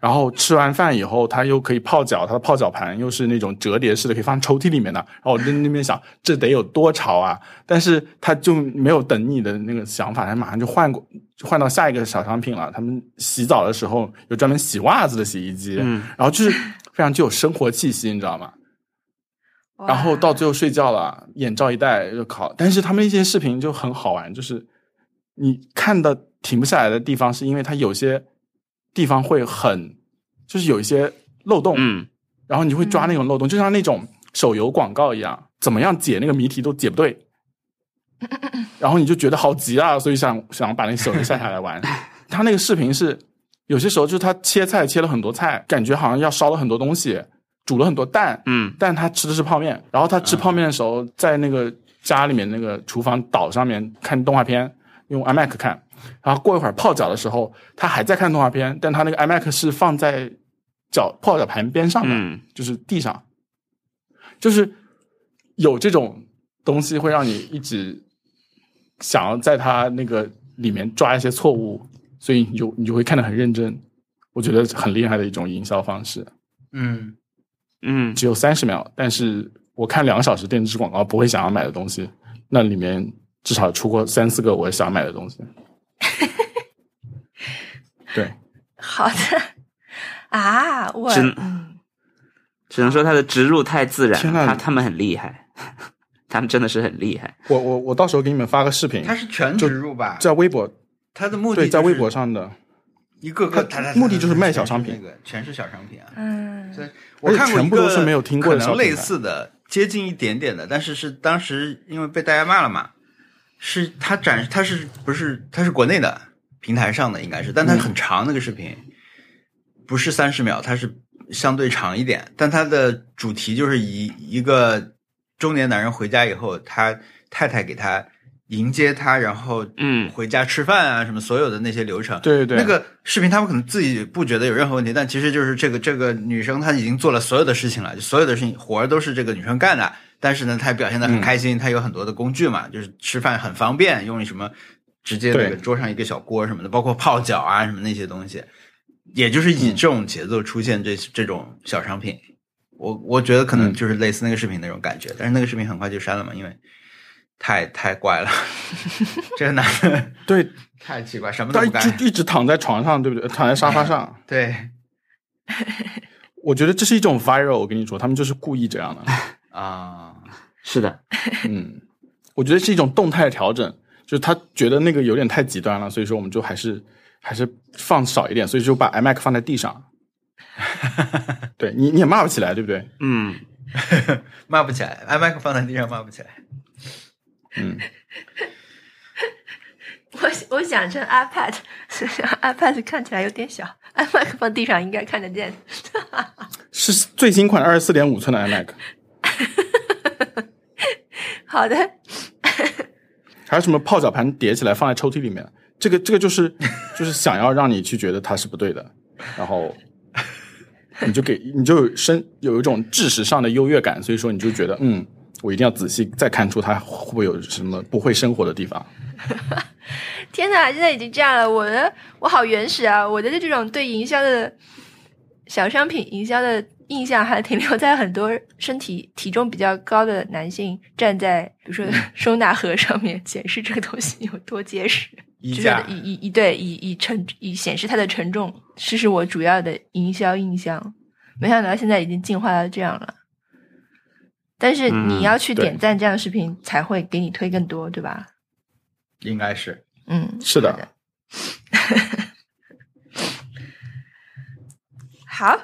然后吃完饭以后，它又可以泡脚，它的泡脚盘又是那种折叠式的，可以放抽屉里面的。然后我在那边想，这得有多潮啊！但是它就没有等你的那个想法，它马上就换过，就换到下一个小商品了。他们洗澡的时候有专门洗袜子的洗衣机，
嗯
然后就是非常具有生活气息，你知道吗？
哇？
然后到最后睡觉了，眼罩一戴就考。但是他们一些视频就很好玩，就是你看的停不下来的地方，是因为它有些地方会很，就是有一些漏洞，
嗯，
然后你会抓那种漏洞，就像那种手游广告一样，怎么样解那个谜题都解不对，然后你就觉得好急啊，所以想想把那个手游下下来玩。他那个视频是有些时候就是他切菜切了很多菜，感觉好像要烧了很多东西，煮了很多蛋，
嗯，
但他吃的是泡面，然后他吃泡面的时候，在那个家里面那个厨房岛上面看动画片，用 iMac 看，然后过一会儿泡脚的时候，他还在看动画片，但他那个 iMac 是放在脚泡脚盘边上的，
嗯
就是地上，就是有这种东西会让你一直想要在他那个里面抓一些错误，所以你就你就会看得很认真，我觉得很厉害的一种营销方式。
嗯，
嗯，
只有三十秒，但是我看两个小时电视广告不会想要买的东西，那里面至少出过三四个我想买的东西。 对，
好的啊，我
真
嗯，
只能说他的植入太自然
天
了，
呐
他他们很厉害， 他们真的是很厉害。
我我我到时候给你们发个视频
它，是全植入吧？
在微博
它的目的
对，在
就是
微博上的，
一个个，
它
哒哒哒
目的就是卖
全
小商品
那个全是小商品啊。
嗯，
对，
而
我
且
看过
哎全
一
部都
个
是没有听过
可
的小
能
品
类
牌
似的，接近一点点的，但是是当时因为被大家骂了嘛，是他展他是不是他是国内的平台上的应该是，
嗯
但它很长那个视频，不是三十秒，它是相对长一点，但它的主题就是以一个中年男人回家以后，他太太给他迎接他，然后
嗯
回家吃饭啊什么所有的那些流程，
对对对，
那个视频他们可能自己不觉得有任何问题，但其实就是这个这个女生她已经做了所有的事情了，就所有的事情活儿都是这个女生干的，但是呢，她表现的很开
嗯
心，她有很多的工具嘛，就是吃饭很方便，用什么直接那个
对
桌上一个小锅什么的，包括泡脚啊什么那些东西，也就是以这种节奏出现这这种小商品，我我觉得可能
嗯
就是类似那个视频那种感觉，但是那个视频很快就删了嘛，因为太太怪了， 这个男的
对，
太奇怪，什么都
他
不干，
就一直躺在床上，对不对？躺在沙发上，
对
我觉得这是一种 viral。我跟你说，他们就是故意这样的。
啊，
是的，
嗯，我觉得是一种动态调整，就是他觉得那个有点太极端了，所以说我们就还是还是放少一点，所以就把 iMac 放在地上。 对你你也骂不起来，对不对？
嗯，
骂不起来，iMac 放在地上骂不起来，
嗯，
我我想成 iPad，所以 iPad 看起来有点小，iPad 放地上应该看得见。
是最新款二十四点五寸的 iMac，
好的，
还有什么泡脚盘叠起来放在抽屉里面，这个这个就是就是想要让你去觉得它是不对 的，然后你就给你就有身有一种知识上的优越感，所以说你就觉得嗯，我一定要仔细再看出它会不会有什么不会生活的地方。
天哪，现在已经这样了，我的我好原始啊！我的这种对营销的小商品营销的印象还停留在很多身体体重比较高的男性站在比如说收纳盒上面显示这个东西有多结实，
衣
就是
架
以以以对以以沉以显示它的沉重，这是我主要的营销印象。没想到现在已经进化到这样了。但是
嗯
你要去
对
点赞这样的视频，才会给你推更多，对吧？
应该是
嗯，
是的
好的。好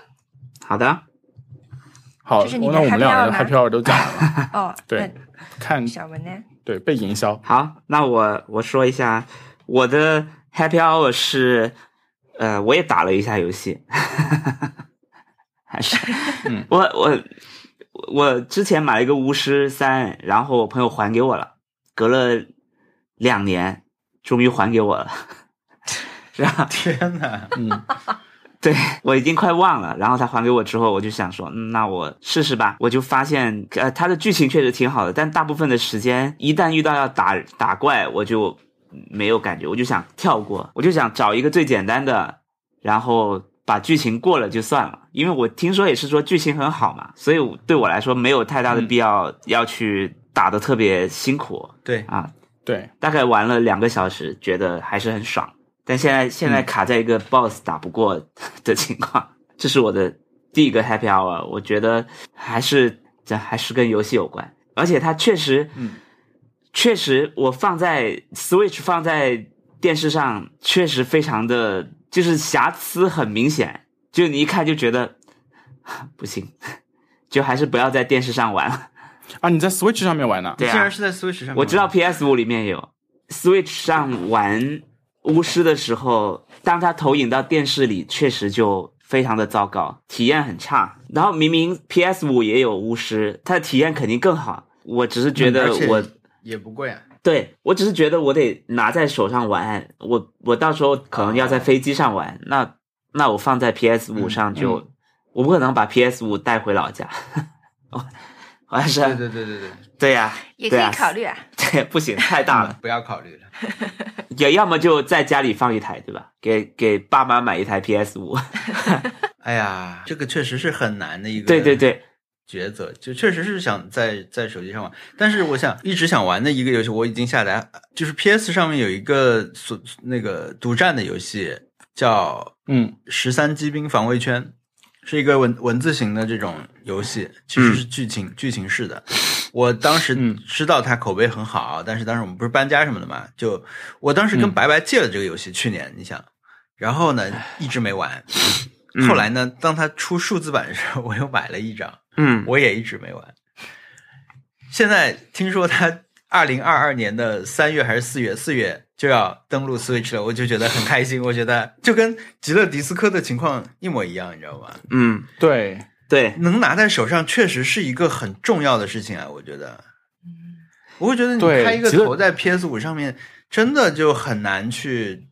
好的，
好，
这是你的
那我们
happy
两个
hour 吗
happy hour 都讲完了，
哦，
对看
那小文呢？
对被营销，
好，那我我说一下我的 Happy Hour 是，呃，我也打了一下游戏， 还是，
嗯
我我我之前买了一个巫师三，然后我朋友还给我了，隔了两年，终于还给我了， 然后
天哪，
嗯，
对我已经快忘了，然后他还给我之后，我就想说，嗯，那我试试吧。我就发现，呃，它的剧情确实挺好的，但大部分的时间一旦遇到要打打怪，我就没有感觉，我就想跳过，我就想找一个最简单的，然后把剧情过了就算了。因为我听说也是说剧情很好嘛，所以我对我来说没有太大的必要要去打的特别辛苦
对，
啊。
对，
大概玩了两个小时，觉得还是很爽。但现在现在卡在一个 boss 打不过的情况， 这是我的第一个 happy hour。我觉得还是这还是跟游戏有关，而且它确实，
嗯
确实我放在 Switch 放在电视上，确实非常的就是瑕疵很明显，就你一看就觉得 不行， 就还是不要在电视上玩了。
啊，你在 Switch 上面玩呢？
对啊
竟然是在 Switch 上面玩，
我知道 PS 五里面有，Switch 上玩巫师的时候，当它投影到电视里，确实就非常的糟糕，体验很差。然后明明 PS 五也有巫师，它的体验肯定更好。我只是觉得
嗯而且
我、
也不贵啊，
对我只是觉得我得拿在手上玩，我我到时候可能要在飞机上玩，那那我放在 PS
嗯
五上就，我不可能把 PS 五带回老家， 我我还
对
是
对对对对，
对呀、
也可
对啊
以考虑啊。
对，不行，太大了。
不要考虑了。
也要么就在家里放一台，对吧？给给爸妈买一台 PS 五。
哎呀，这个确实是很难的一个，
对对对，
抉择，就确实是想在在手机上玩，但是我想一直想玩的一个游戏，我已经下载，就是 PS 上面有一个所那个独占的游戏叫
嗯
《十三机兵防卫圈》，是一个文文字型的这种游戏，其实是剧情、剧情式的。我当时
嗯
知道它口碑很好，但是当时我们不是搬家什么的嘛，就我当时跟
嗯
白白借了这个游戏，去年你想，然后呢一直没玩，
嗯
后来呢，当它出数字版的时候，我又买了一张。
嗯，
我也一直没玩。现在听说他二零二二年的三月还是四月，四月就要登陆 Switch 了，我就觉得很开心。我觉得就跟极乐迪斯科的情况一模一样，你知道吗？
嗯，
对，
对，
能拿在手上确实是一个很重要的事情啊，我觉得。我会觉得你
对
开一个
极乐
头在 PS 五上面，真的就很难去，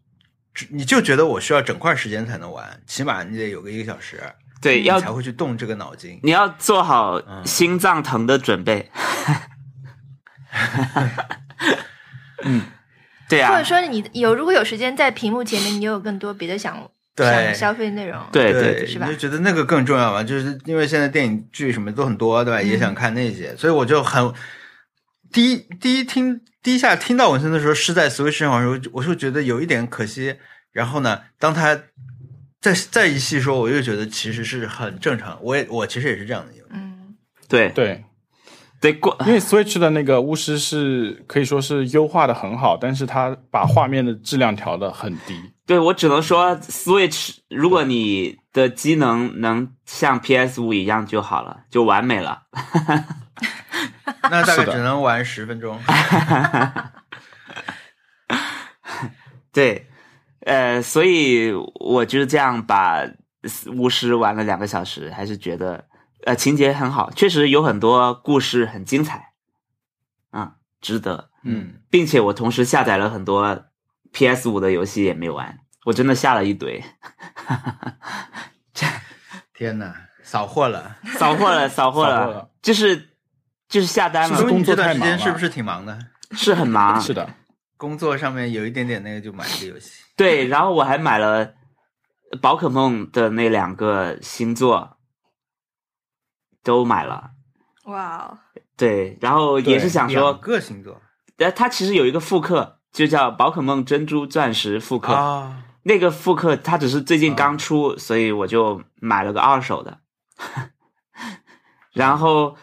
你就觉得我需要整块时间才能玩，起码你得有个一个小时，
对，
你嗯才
要
会去动这个脑筋。
你要做好
嗯
心脏疼的准备。
嗯，
对
或
啊啊
者，说你有如果有时间在屏幕前面，你有更多别的想上
对
消费内容，
对对
对，
是吧
你就觉得那个更重要嘛？就是因为现在电影剧什么都很多，对吧？
嗯
也想看那些，所以我就很第一第一听第一下听到文森的时候是在 Switch 上玩的时候，我就觉得有一点可惜。然后呢，当他再再一细说，我就觉得其实是很正常。我也我其实也是这样的一个人，
嗯，
对
对，
对过
因为 Switch 的那个巫师是可以说是优化的很好，但是它把画面的质量调的很低。
对我只能说 Switch，如果你的机能能像 PS 五一样就好了，就完美了。
那大概
是的
只能玩十分 钟。
对，呃，所以我就这样把巫师玩了两个小时，还是觉得呃情节很好，确实有很多故事很精彩，嗯，值得，
嗯，
并且我同时下载了很多 PS 五的游戏也没玩，我真的下了一 堆，
天哪，扫货了！
扫货了，扫货
扫货
了
了，
就是就是下单
是
因
了，
为你
工作
这段
太
时
忙
间
了
是不是挺忙的？
是很忙，
是的，
工作上面有一点点那个，就买一个游戏。
对，然后我还买了宝可梦的那两个星座，都买了。
哇哦，
对，然后也是
对
想
两
说，
个星座
呃，它其实有一个复刻，就叫宝可梦珍珠钻石复刻。
啊，
那个复刻它只是最近刚出，所以我就买了个二手的。 然后，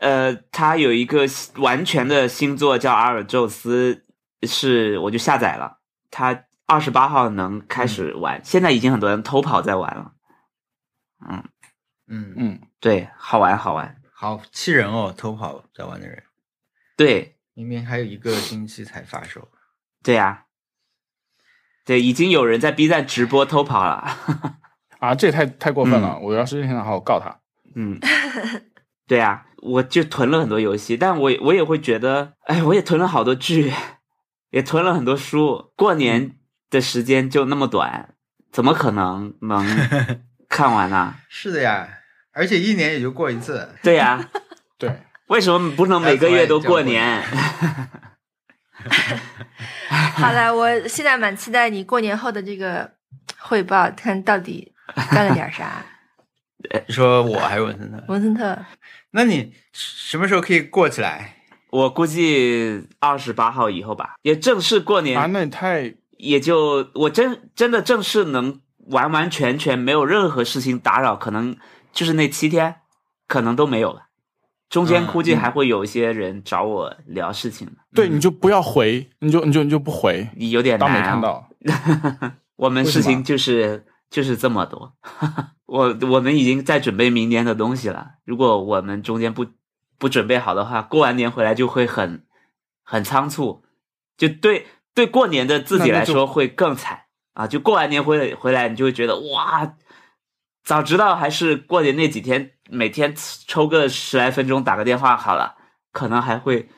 呃，它有一个完全的星座叫阿尔宙斯，是我就下载了。它二十八号能开始玩，现在已经很多人偷跑在玩了。
嗯，
嗯，
对，好玩好玩。
好气人哦！偷跑在玩的人，
对
明明还有一个星期才发售，
对呀、对，已经有人在 B 站直播偷跑了。
啊，这也太太过分了！我要是现在好，我告他。
嗯，对啊，我就囤了很多游戏，但我也我也会觉得，哎，我也囤了好多剧，也囤了很多书。过年的时间就那么短，怎么可能能看完呢、
是的呀，而且一年也就过一次，
对呀、
对，
为什么不能每个月都过年？
好了，我现在蛮期待你过年后的这个汇报，看到底干了点 啥。
哎你说我还是文森特？
文森特，
那你什么时候可以过起来？
我估计二十八号以后吧，也正式过年，
啊，那也太
也就我真真的正式能完完全全没有任何事情打扰，可能就是那七天，可能都没有了。中间
嗯
估计还会有一些人找我聊事情，
对，你就不要回，你就你就你就不回，
你有点难、
当
啊。
没看到。
我们事情就是就是这么多。 我我们已经在准备明年的东西了。如果我们中间不不准备好的话，过完年回来就会很很仓促，就对对过年的自己
那
来
那就
说会更惨啊！就过完年回回来，你就会觉得哇，早知道还是过年那几天每天抽个十来分钟打个电话好了，可能还会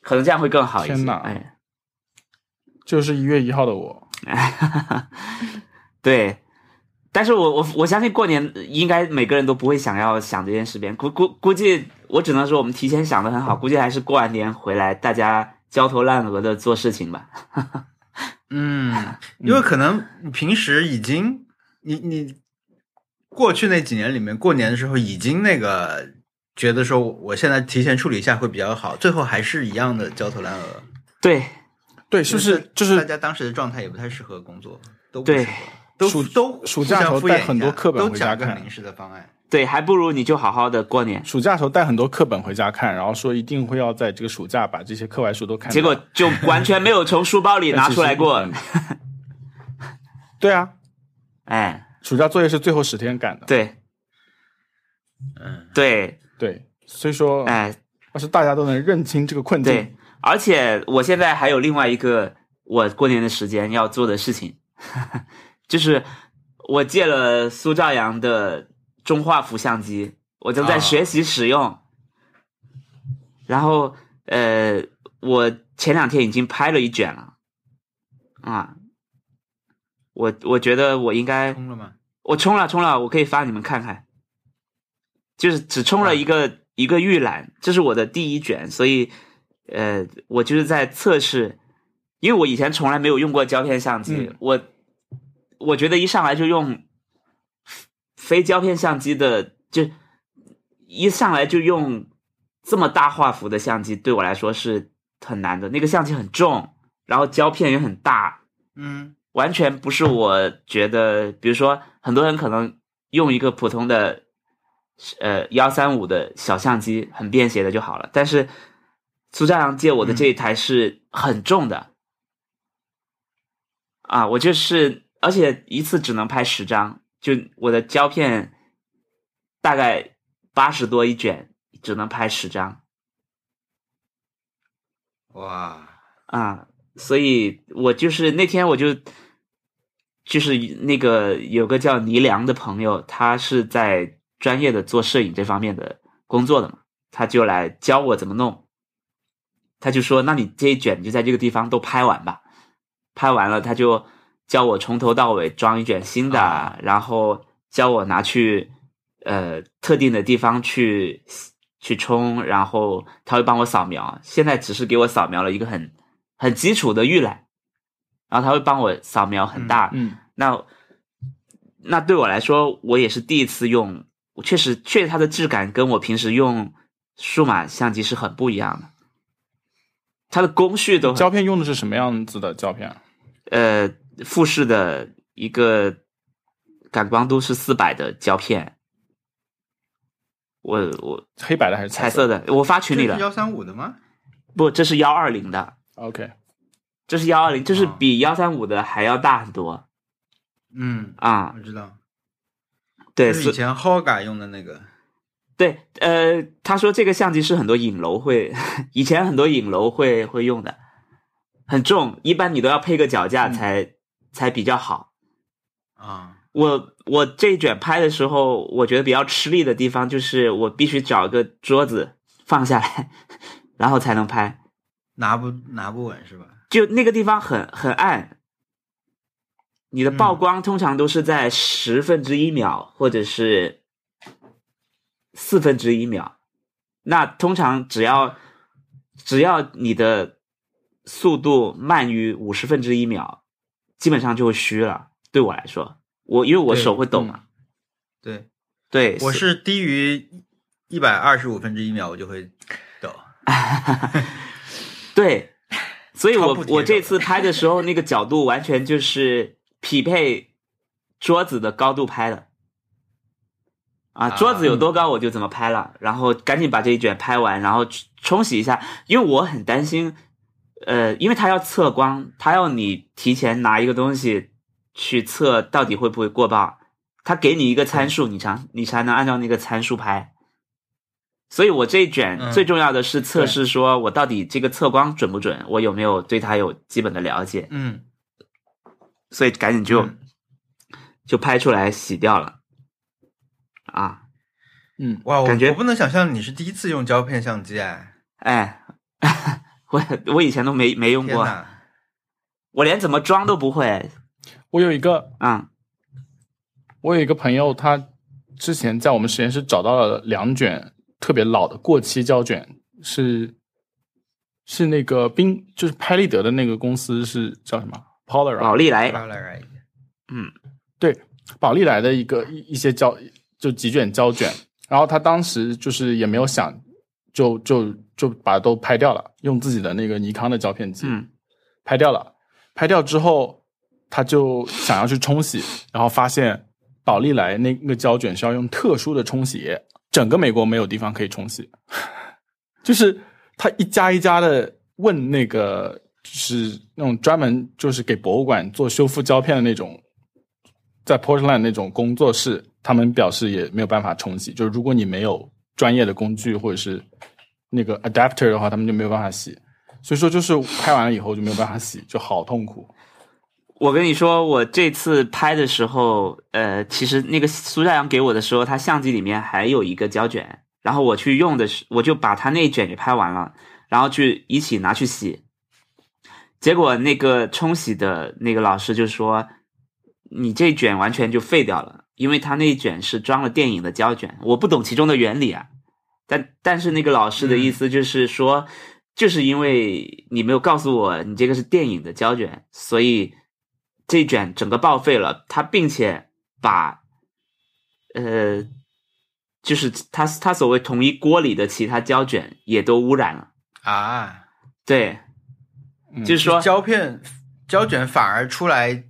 可能这样会更好一
天
些。
哪
哎。
就是一月一号的我，
对，但是我我我相信过年应该每个人都不会想要想这件事情，估估估计我只能说我们提前想的很好，估计还是过完年回来大家焦头烂额的做事情吧。
嗯，因为可能你平时已经，你你过去那几年里面，过年的时候已经那个觉得说，我现在提前处理一下会比较好，最后还是一样的焦头烂额，
对
对，是不是就
大
是
家当时的状态也不太适合工作，都不适
对
合，都
暑
都
暑假的时候
互相敷衍
带很多
一下
课本
都
回
讲
家
个
看
临时的方案。
对，还不如你就好好的过年，
暑假的时候带很多课本回家看，然后说一定会要在这个暑假把这些课外书都看掉。
结果就完全没有从书包里 拿出来过
但。哎其实。嗯对啊，
哎，
暑假作业是最后十天赶的。
对
嗯，
对，
对，所以说，
哎
要是大家都能认清这个困
对
境，，
而且我现在还有另外一个我过年的时间要做的事情， 就是我借了苏兆阳的中画幅相机，我正在
啊
学习使用。然后呃，我前两天已经拍了一卷了，啊，我我觉得我应该
通了吗？
我冲了冲了，我可以发你们看看，就是只冲了一个、一个预览，这是我的第一卷，所以呃，我就是在测试，因为我以前从来没有用过胶片相机，
嗯
我我觉得一上来就用非胶片相机的，就一上来就用这么大画幅的相机，对我来说是很难的。那个相机很重，然后胶片也很大，
嗯
完全不是我觉得。比如说，很多人可能用一个普通的呃幺三五的小相机，很便携的就好了。但是苏朝阳借我的这一台是很重的。啊，我就是，而且一次只能拍十张，就我的胶片大概八十多一卷，只能拍十张
哇，
啊，所以我就是那天我就就是那个有个叫倪良的朋友，他是在专业的做摄影这方面的工作的嘛，他就来教我怎么弄，他就说，那你这一卷你就在这个地方都拍完吧。拍完了，他就叫我从头到尾装一卷新的，
啊
然后叫我拿去呃特定的地方去去冲，然后他会帮我扫描。现在只是给我扫描了一个很很基础的预览，然后他会帮我扫描很大。
嗯
那那对我来说，我也是第一次用，我确实确实它的质感跟我平时用数码相机是很不一样的。它的工序都很
胶片用的是什么样子的胶片啊？
呃富士的一个感光度是四百的胶片，我我
黑白的还是
彩色
色
的，我发群里
这是
了。
幺三五的吗？
不，这是幺二零的，
？OK，
这是幺二零，就是
啊
比幺三五的还要大很多
嗯，
啊。
我知道，
对，
就是以
所
前 Hoga 用的那个，
对，呃，他说这个相机是很多影楼会， 以前很多影楼会会用的，很重，一般你都要配个脚架才、才比较好。
啊，
我我这一卷拍的时候，我觉得比较吃力的地方就是我必须找一个桌子放下来， 然后才能拍。
拿不拿不稳是吧？
就那个地方很很暗，你的
嗯
曝光通常都是在十分之一秒或者是四分之一秒。那通常只要只要你的速度慢于五十分之一秒，基本上就会虚了。对我来说，我因为我
对
手会抖嘛，
对，
对，
我是低于一百二十五分之一秒，我就会抖。
对，所以
超
我
不贴
我这
手的
次拍的时候，那个角度完全就是匹配桌子的高度拍的。啊，
啊
桌子有多高我就怎么拍了，然后赶紧把这一卷拍完，然后去冲洗一下，因为我很担心，呃，因为它要测光，它要你提前拿一个东西去测到底会不会过曝，它给你一个参数，你才你才能按照那个参数拍。所以我这一卷
嗯
最重要的是测试，说我到底这个测光准不准，我有没有对它有基本的了解，
嗯，
所以赶紧就
嗯
就拍出来洗掉了。啊，
嗯，
哇，我
感觉
我不能想象你是第一次用胶片相机哎，
哎， 我我以前都没没用
天
过，
哪！
我连怎么装都不会。
我有一个
嗯
我有一个朋友，他之前在我们实验室找到了两卷特别老的过期胶卷，是是那个冰，就是拍立得的那个公司是叫什么啊 Polar
宝丽来，
来来来，
对，宝丽来的一个一一些胶，就几卷胶卷，然后他当时就是也没有想，就就就把都拍掉了，用自己的那个尼康的胶片机、
嗯
拍掉了，拍掉之后，他就想要去冲洗，然后发现宝丽来那个胶卷是要用特殊的冲洗液，整个美国没有地方可以冲洗， 就是他一家一家的问那个，就是那种专门就是给博物馆做修复胶片的那种，在 Portland 那种工作室，他们表示也没有办法冲洗，就是如果你没有专业的工具或者是那个 adapter 的话，他们就没有办法洗。所以说，就是拍完了以后就没有办法洗，就好 痛苦。
我跟你说，我这次拍的时候，呃，其实那个苏朝阳给我的时候，他相机里面还有一个胶卷，然后我去用的是，我就把他那一卷给拍完了，然后去一起拿去洗。结果那个冲洗的那个老师就说：“你这卷完全就废掉了，因为他那一卷是装了电影的胶卷，我不懂其中的原理啊。”但但是那个老师的意思就是说，就是因为你没有告诉我你这个是电影的胶卷，所以这一卷整个报废了，他并且把呃，就是他他所谓同一锅里的其他胶卷也都污染了。
啊，
对，
嗯
就是说
胶片胶卷反而出来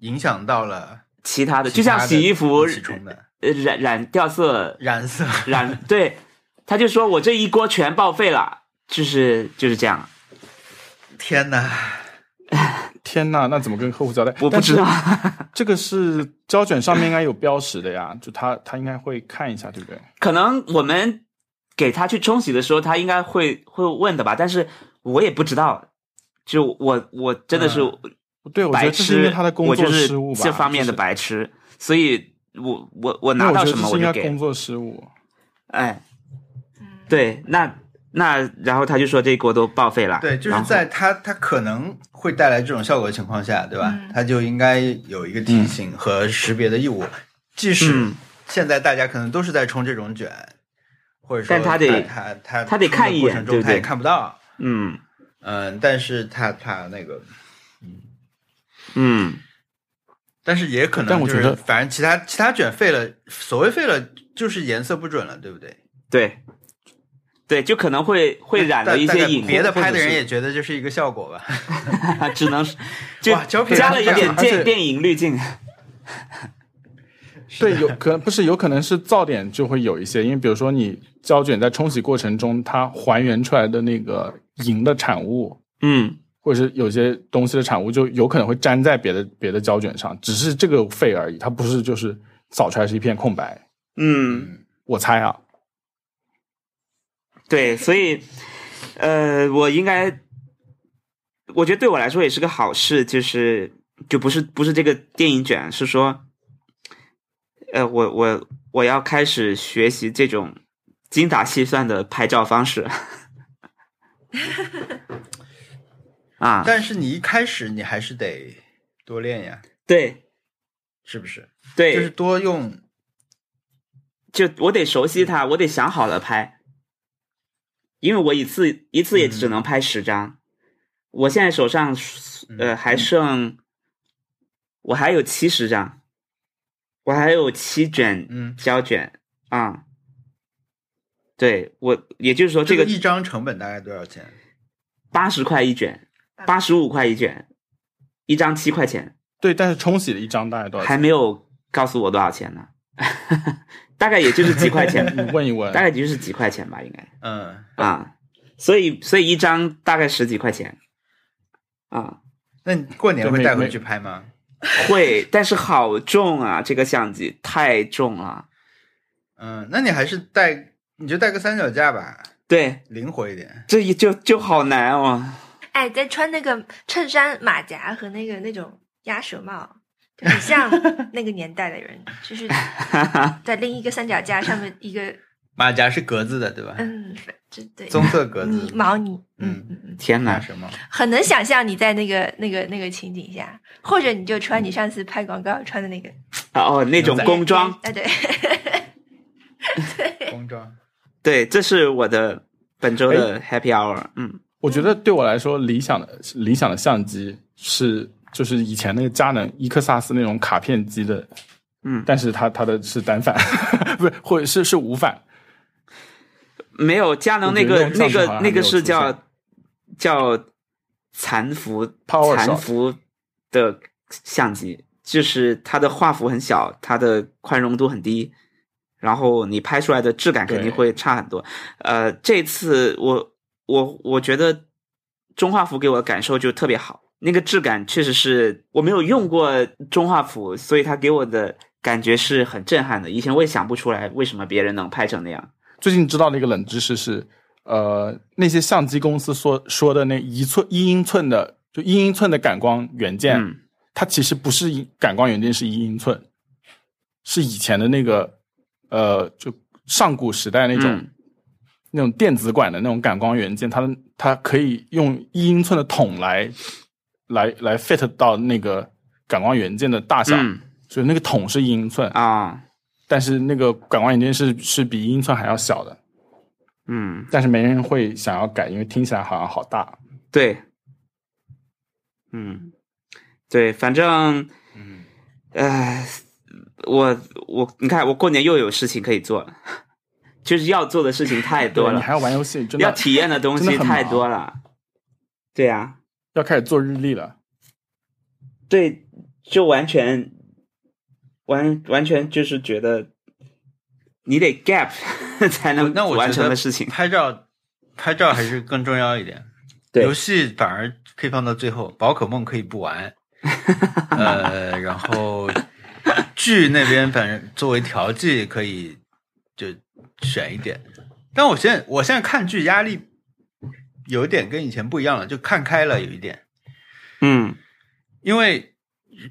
影响到了
其他的，
其
就
他
像
的
洗衣服
一起冲的
呃染染掉色
染色，
染，对，他就说我这一锅全报废了，就是就是这样，
天哪！
天呐，那怎么跟客户交代？
我不
但是
知道，
这个是胶卷上面应该有标识的呀，就他他应该会看一下，对不对？
可能我们给他去冲洗的时候，他应该会会问的吧，但是我也不知道，就我我真的是
嗯对，我觉
白
得这是因
痴，
为他的工
我
作
就是
失误吧，
这方面的
就是
白痴，所以我我我
那
拿
我
到
觉
什
得这
么
是
我
应
就
该
给
工，作失误。
哎，
嗯，
对，那那然后他就说这一锅都报废了，
对，就是
然后
在它它可能会带来这种效果的情况下，对吧
嗯？
它就应该有一个提醒和识别的义务，即使
嗯
现在大家可能都是在冲这种卷，或者说
但他得
他他
他得
冲的
看一
过
眼
程
对
中
不
他也
对
看不到，
嗯
嗯，但是他他那个。
嗯
但是也可能，
但我觉得
反正其他其他卷废了，所谓废了就是颜色不准了，对不对？
对对，就可能会会染了
但
一
但
些
是
隐
别的
或者
拍的人
是
也觉得这是一个效果吧？
只能是 就
哇胶片
加了一
这
点
样
而且
电电影滤镜，
对，有可能不是有可能是噪点就会有一些，因为比如说你胶卷在冲洗过程中，它还原出来的那个银的产物，
嗯
或者是有些东西的产物，就有可能会粘在别的别的胶卷上，只是这个废而已，它不是就是扫出来是一片空白。
嗯，
我猜啊，
对，所以呃，我应该，我觉得对我来说也是个好事，就是就不是不是这个电影卷，是说，呃，我我我要开始学习这种精打细算的拍照方式， 啊，
但是你一开始你还是得多练呀，
对
是不是？
对，
就是多用，
就我得熟
嗯
悉它，我得想好了拍，因为我一次一次也只能拍十张。我现在手上呃
嗯
还剩，我还有七十张，我还有七卷
嗯，
胶卷啊、对我，也就是说这个
一张成本大概多少钱？
八十块一卷，八十五块一卷，一张七块钱，
对，但是冲洗的一张大概多少
还
钱？
没有告诉我多少钱呢， 大概也就是几块 钱，
你问一问
大，概就是几块钱吧，应该。
嗯，
啊，所以所以一张大概十几块钱啊，
那你过年会
对
带
每
回去拍吗？
会，但是好重啊，这个相机太重了。
嗯，那你还是带，你就带个三脚架吧，
对，
灵活一点。
这一就就好难哦。
哎，再穿那个衬衫、马甲和那个那种鸭舌帽，就很 像那个年代的人，就是在另一个三脚架上面一个
马甲是格子的，对吧？
嗯，这对
棕色格
泥
子，
毛呢，
嗯
嗯嗯嗯，
天
拿
哪，
什 么？
很能想象你在那个那个那个情景下，或者你就穿
嗯
你上次拍广告穿的那个
哦，那种
牛仔
工装，
哎对，
工装。
对，这是我的本周的 Happy Hour。嗯，
我觉得对我来说，理想的理想的相机是就是以前那个佳能伊克萨斯那种卡片机的，
嗯
但是它它的是单反， 不是或者是是无反，
没有，佳能那
我
个
觉得
那
用上手
个
好像
那个
还没有
是
出现
叫叫残幅
Power
残
shot
幅的相机，就是它的画幅很小，它的宽容度很低，然后你拍出来的质感肯定
对
会差很多。呃，这次我我我觉得中画幅给我的感受就特别好，那个质感确实是我没有用过中画幅，所以它给我的感觉是很震撼的。以前我也想不出来为什么别人能拍成那样。
最近知道的一个冷知识是，呃，那些相机公司说说的那一寸一英寸的，就一英寸的感光元件，
嗯
它其实不是一感光元件，是一英寸，是以前的那个呃，就上古时代那种、
嗯
那种电子管的那种感光元件，它的它可以用一英寸的桶来来来 fit 到那个感光元件的大小，
嗯
所以那个桶是一英寸，
啊、
但是那个感光元件是是比一英寸还要小的。
嗯，
但是没人会想要改，因为听起来好像好大。
对，嗯，对，反正，
嗯，
呃，我我你看，我过年又有事情可以做了，就是要做的事情太多
对你
了，
还要玩游戏，真
要
的
体验的东
真
西
的很忙
太多了。对啊呀、
要开始做日历了。
对，就完全完完全就是觉得你得 gap 才能
那我
完
觉
成
得
的事情。
拍照，拍照还是更重要一点。
对
游戏反而可以放到最后，宝可梦可以 不玩。呃，然后剧那边反正作为调剂可以就选一点，但我现在我现在看剧压力有一点跟以前不一样了，就看开了有一点。
嗯，
因为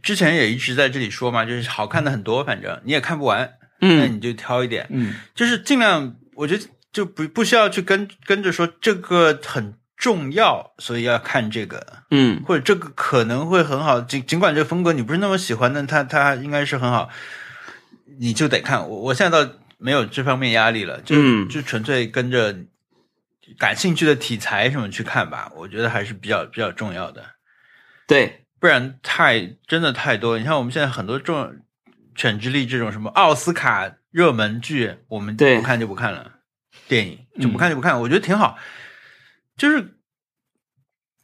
之前也一直在这里说嘛，就是好看的很多，反正你也看不完，
嗯
那你就挑一点，
嗯，
就是尽量，我觉得就不不需要去跟跟着说这个很重要，所以要看这个，
嗯
或者这个可能会很好，尽尽管这个风格你不是那么喜欢，但它它应该是很好，你就得看。我我现在倒没有这方面压力了，就、
嗯
就纯粹跟着感兴趣的题材什么去看吧，我觉得还是比较比较重要的。
对，
不然太真的太多了。你看我们现在很多重《犬之力》这种什么奥斯卡热门剧，我们
对
不看就不看了，电影
嗯
就不看就不看，我觉得挺好。就是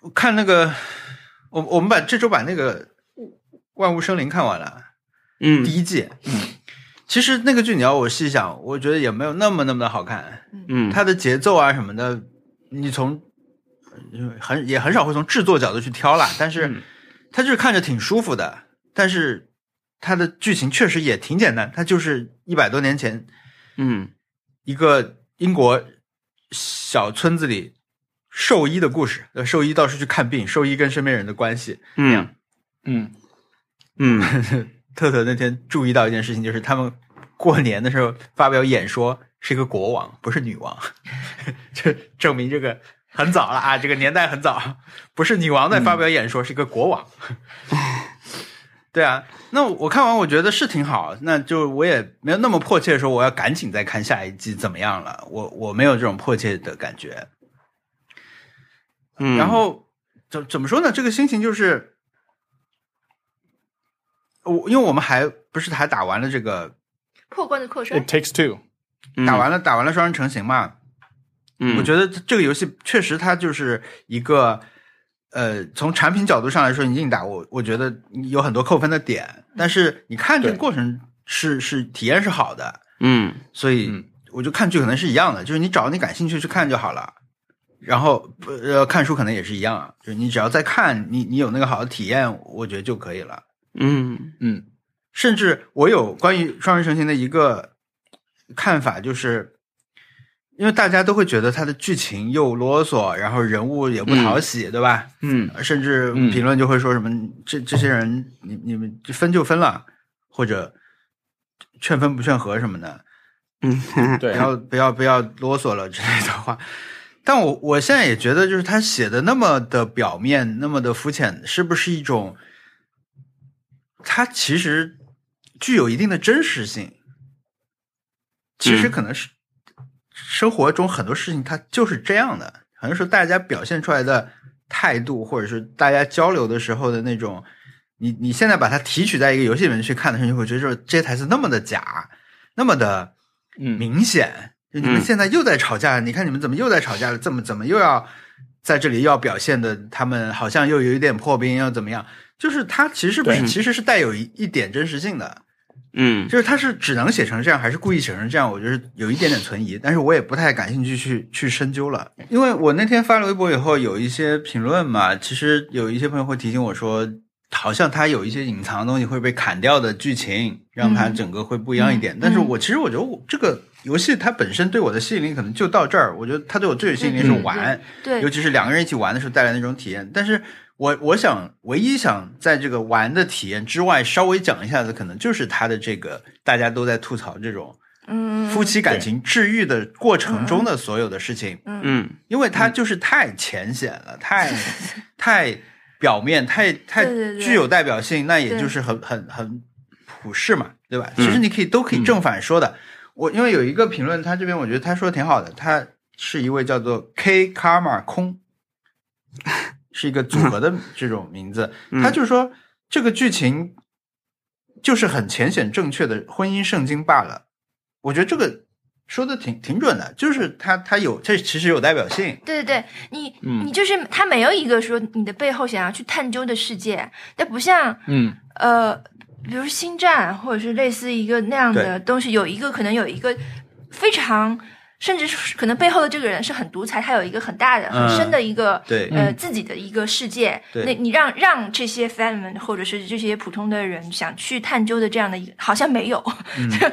我看那个，我我们把这周把那个《万物生灵》看完了，
嗯
第一季。其实那个剧你要我细想，我觉得也没有那么那么的好看。
嗯，
它的节奏啊什么的，你从嗯很也很少会从制作角度去挑啦，但是
嗯
它就是看着挺舒服的，但是它的剧情确实也挺简单，它就是一百多年前
嗯
一个英国小村子里兽医的故事，呃兽医到处去看病，兽医跟身边人的关系。
嗯
嗯，
嗯
特特那天注意到一件事情，就是他们过年的时候发表演说是一个国王，不是女王， 这证明这个很早了啊，这个年代很早，不是女王在发表演说，是一个国王。 对啊，那我看完我觉得是挺好，那就我也没有那么迫切地说我要赶紧再看下一季怎么样了，我我没有这种迫切的感觉。
嗯，
然后怎怎么说呢？这个心情就是，我因为我们还不是还打完了这个，
破关的
哎
扩
《
声
It，Takes Two》
打完了、打完了双人成行嘛。
嗯嗯，嗯
我觉得这个游戏确实它就是一个，呃，从产品角度上来说，你硬打我，我觉得有很多扣分的点，但是你看这个
对
过程是是体验是好的，
嗯
所以
嗯
我就看剧可能是一样的，就是你找你感兴趣去看就好了。然后呃，看书可能也是一样啊，就是你只要在看，你你有那个好的体验，我觉得就可以了。
嗯
嗯
甚至我有关于双人成行的一个看法，就是因为大家都会觉得它的剧情又啰嗦，然后人物也不讨喜，对吧？
嗯
甚至
嗯
评论就会说什么、这这些人，你你们就分就分了，或者劝分不劝和什么的。
嗯，
对
不要不要不要啰嗦了之类的话。但我我现在也觉得，就是他写的那么的表面，那么的肤浅，是不是一种？它其实具有一定的真实性。其实
嗯
可能是生活中很多事情它就是这样的，很多时候大家表现出来的态度，或者是大家交流的时候的那种，你你现在把它提取在一个游戏里面去看的时候，你会觉得就是这些台词那么的假，那么的
嗯，
明显，就你们现在又在吵架了，你看你们怎么又在吵架了？怎么怎么又要在这里又要表现的，他们好像又有一点破冰，要怎么样？就是它其实不是，
对
其实是带有一一点真实性的，
嗯
就是它是只能写成这样，还是故意写成这样？我觉得有一点点存疑，但是我也不太感兴趣去去深究了，因为我那天发了微博以后，有一些评论嘛，其实有一些朋友会提醒我说。好像它有一些隐藏的东西会被砍掉的剧情，让它
嗯
整个会不一样一点。
嗯
但是我其实我觉得我这个游戏它本身对我的吸引力可能就到这儿，我觉得它对我最有吸引力是
嗯
玩，
对
尤，其是两个人一起玩的时候带来那种体验。但是我我想唯一想在这个玩的体验之外稍微讲一下的，可能就是它的这个大家都在吐槽这种
嗯，
夫妻感情治愈的过程中的所有的事情，
嗯
因为它就是太浅显了，太 太表面，太太
对对对
具有代表性，那也
对
就是很很很普世嘛，对吧？
嗯
其实你可以都可以正反说的。我因为有一个评论，他这边我觉得他说的挺好的，他是一位叫做 K Karma 空，是一个组合的这种名字，
嗯
他就说。这个剧情就是很浅显正确的婚姻圣经罢了。我觉得这个说的挺挺准的，就是它它有这其实有代表性。
对对对，你、
嗯
你就是他没有一个说你的背后想要去探究的世界，但不像
嗯，
呃，比如《星战》或者是类似一个那样的东西，有一个可能有一个非常，甚至是可能背后的这个人是很独裁，他有一个很大的、
嗯
很深的一个
对
呃
嗯
自己的一个世界。
对
那你让让这些 fan 们或者是这些普通的人想去探究的这样的一个，好像没有。
对，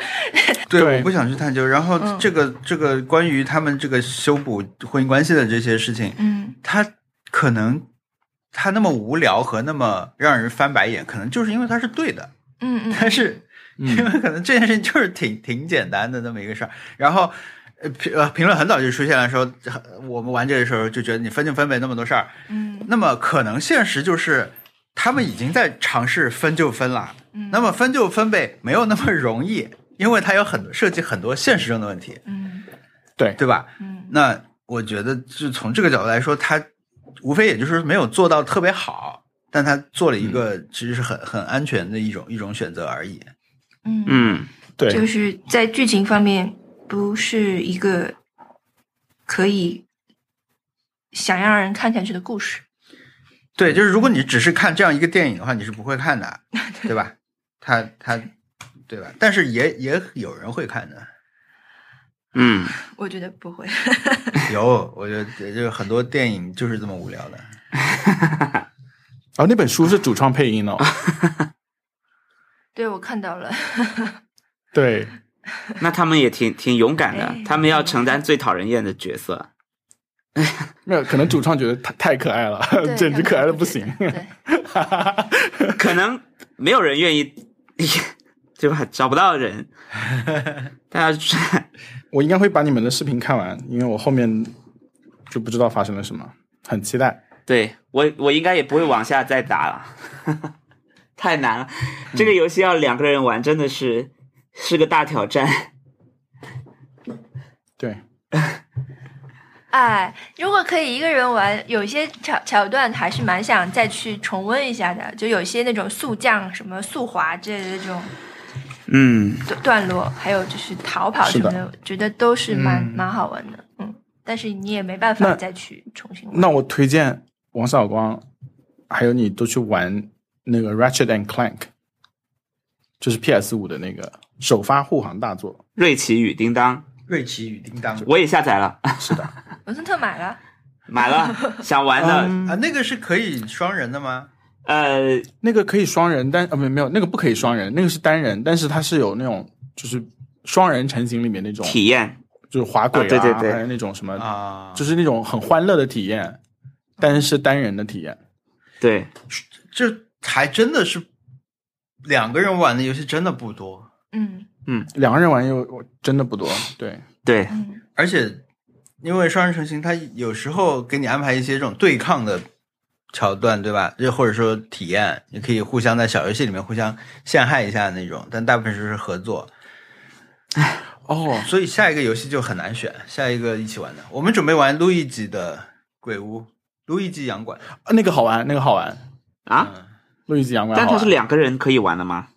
对
我不想去探究。然后
嗯
这个、这个关于他们这个修补婚姻关系的这些事情，
嗯
它可能它那么无聊和那么让人翻白眼，可能就是因为它是对的。
嗯嗯，
但是
嗯
因为可能这件事情就是挺挺简单的那么一个事儿，然后。呃评呃评论很早就出现了说，呃我们玩这个时候就觉得你分就分呗，那么多事儿。
嗯
那么可能现实就是，他们已经在尝试分就分了。
嗯
那么分就分呗，没有那么容易，因为它有很多涉及很多现实中的问题，
嗯
对，
对吧？
嗯
那我觉得，就从这个角度来说，他无非也就是没有做到特别好，但他做了一个其实是很很安全的一种一种选择而已。
嗯嗯，
嗯，
对，
就是在剧情方面不是一个可以想让人看下去的故事。
对，就是如果你只是看这样一个电影的话，你是不会看 的，对吧？他他，对吧？但是也也有人会看 的，
嗯，
我觉得不会。
有，我觉得就是很多电影就是这么无聊的。
哦然后那本书是主创配音哦，
对，我看到 了。
对，
那他们也挺挺勇敢的
哎，
他们要承担最讨人厌的角色。
没有，可能主创觉得太太可爱了
对，
简直可爱的不
他
行
们。会觉得
可能没有人愿意， 对吧？找不到人， 大家去
我应该会把你们的视频看完，因为我后面就不知道发生了什么，很期待。
对我我应该也不会往下再打了，太难了。
嗯
这个游戏要两个人玩，真的是是个大挑战。
对，
对，哎，如果可以一个人玩，有些桥桥段还是蛮想再去重温一下的。就有些那种速降、什么速滑之类的这种
嗯，
段段落，还有就是逃跑什么
是
的，觉得都是蛮、
嗯
蛮好玩的。嗯，但是你也没办法
那
再去重新玩。
那我推荐王小光，还有你都去玩那个《Ratchet and Clank》，就是 PS 五的那个首发护航大作。
瑞奇与叮当，
瑞奇与叮当
我也下载了，
是的，
文森特买了，
买了，想玩的。
啊，那个是可以双人的吗？
呃，
那个可以双人，但呃没没有那个不可以双人，那个是单人，但是它是有那种就是双人成型里面那种，
体验
就是滑轨啊，
啊对对对
还有那种什么，
啊，
就是那种很欢乐的体验，但是是单人的体验。
对，
这还真的是两个人玩的游戏真的不多，
嗯
两个人玩又我真的不多，对，
对，
嗯
而且因为双人成行，它有时候给你安排一些这种对抗的桥段，对吧？又或者说体验，你可以互相在小游戏里面互相陷害一下那种，但大部分时候是合作，
哦，
所以下一个游戏就很难选，下一个一起玩的，我们准备玩路易吉的鬼屋，路易吉洋馆
啊那个好玩，那个好玩，
啊，
嗯
路易吉阳光好
但
玩，
它是两个人可以玩的吗？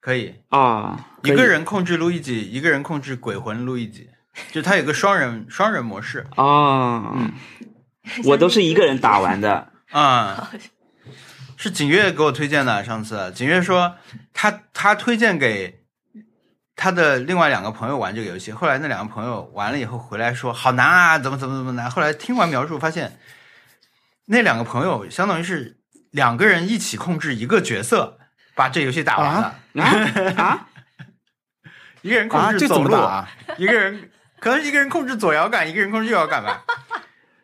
可以，
哦，
一
可以
个人控制路易吉，一个人控制鬼魂路易吉，就它有个双人双人模式
哦，
嗯
我都是一个人打完 的。
啊、是景月给我推荐的。上次景月说他他推荐给他的另外两个朋友玩这个游戏，后来那两个朋友玩了以后回来说好难啊，怎么怎么怎么难。后来听完描述发现，那两个朋友相当于是两个人一起控制一个角色把这游戏打完了，
啊
啊啊！
一个人控
啊，
制
这怎
走
么
路，
打啊？
一个人可能一个人控制左摇杆，一个人控制右摇杆吧。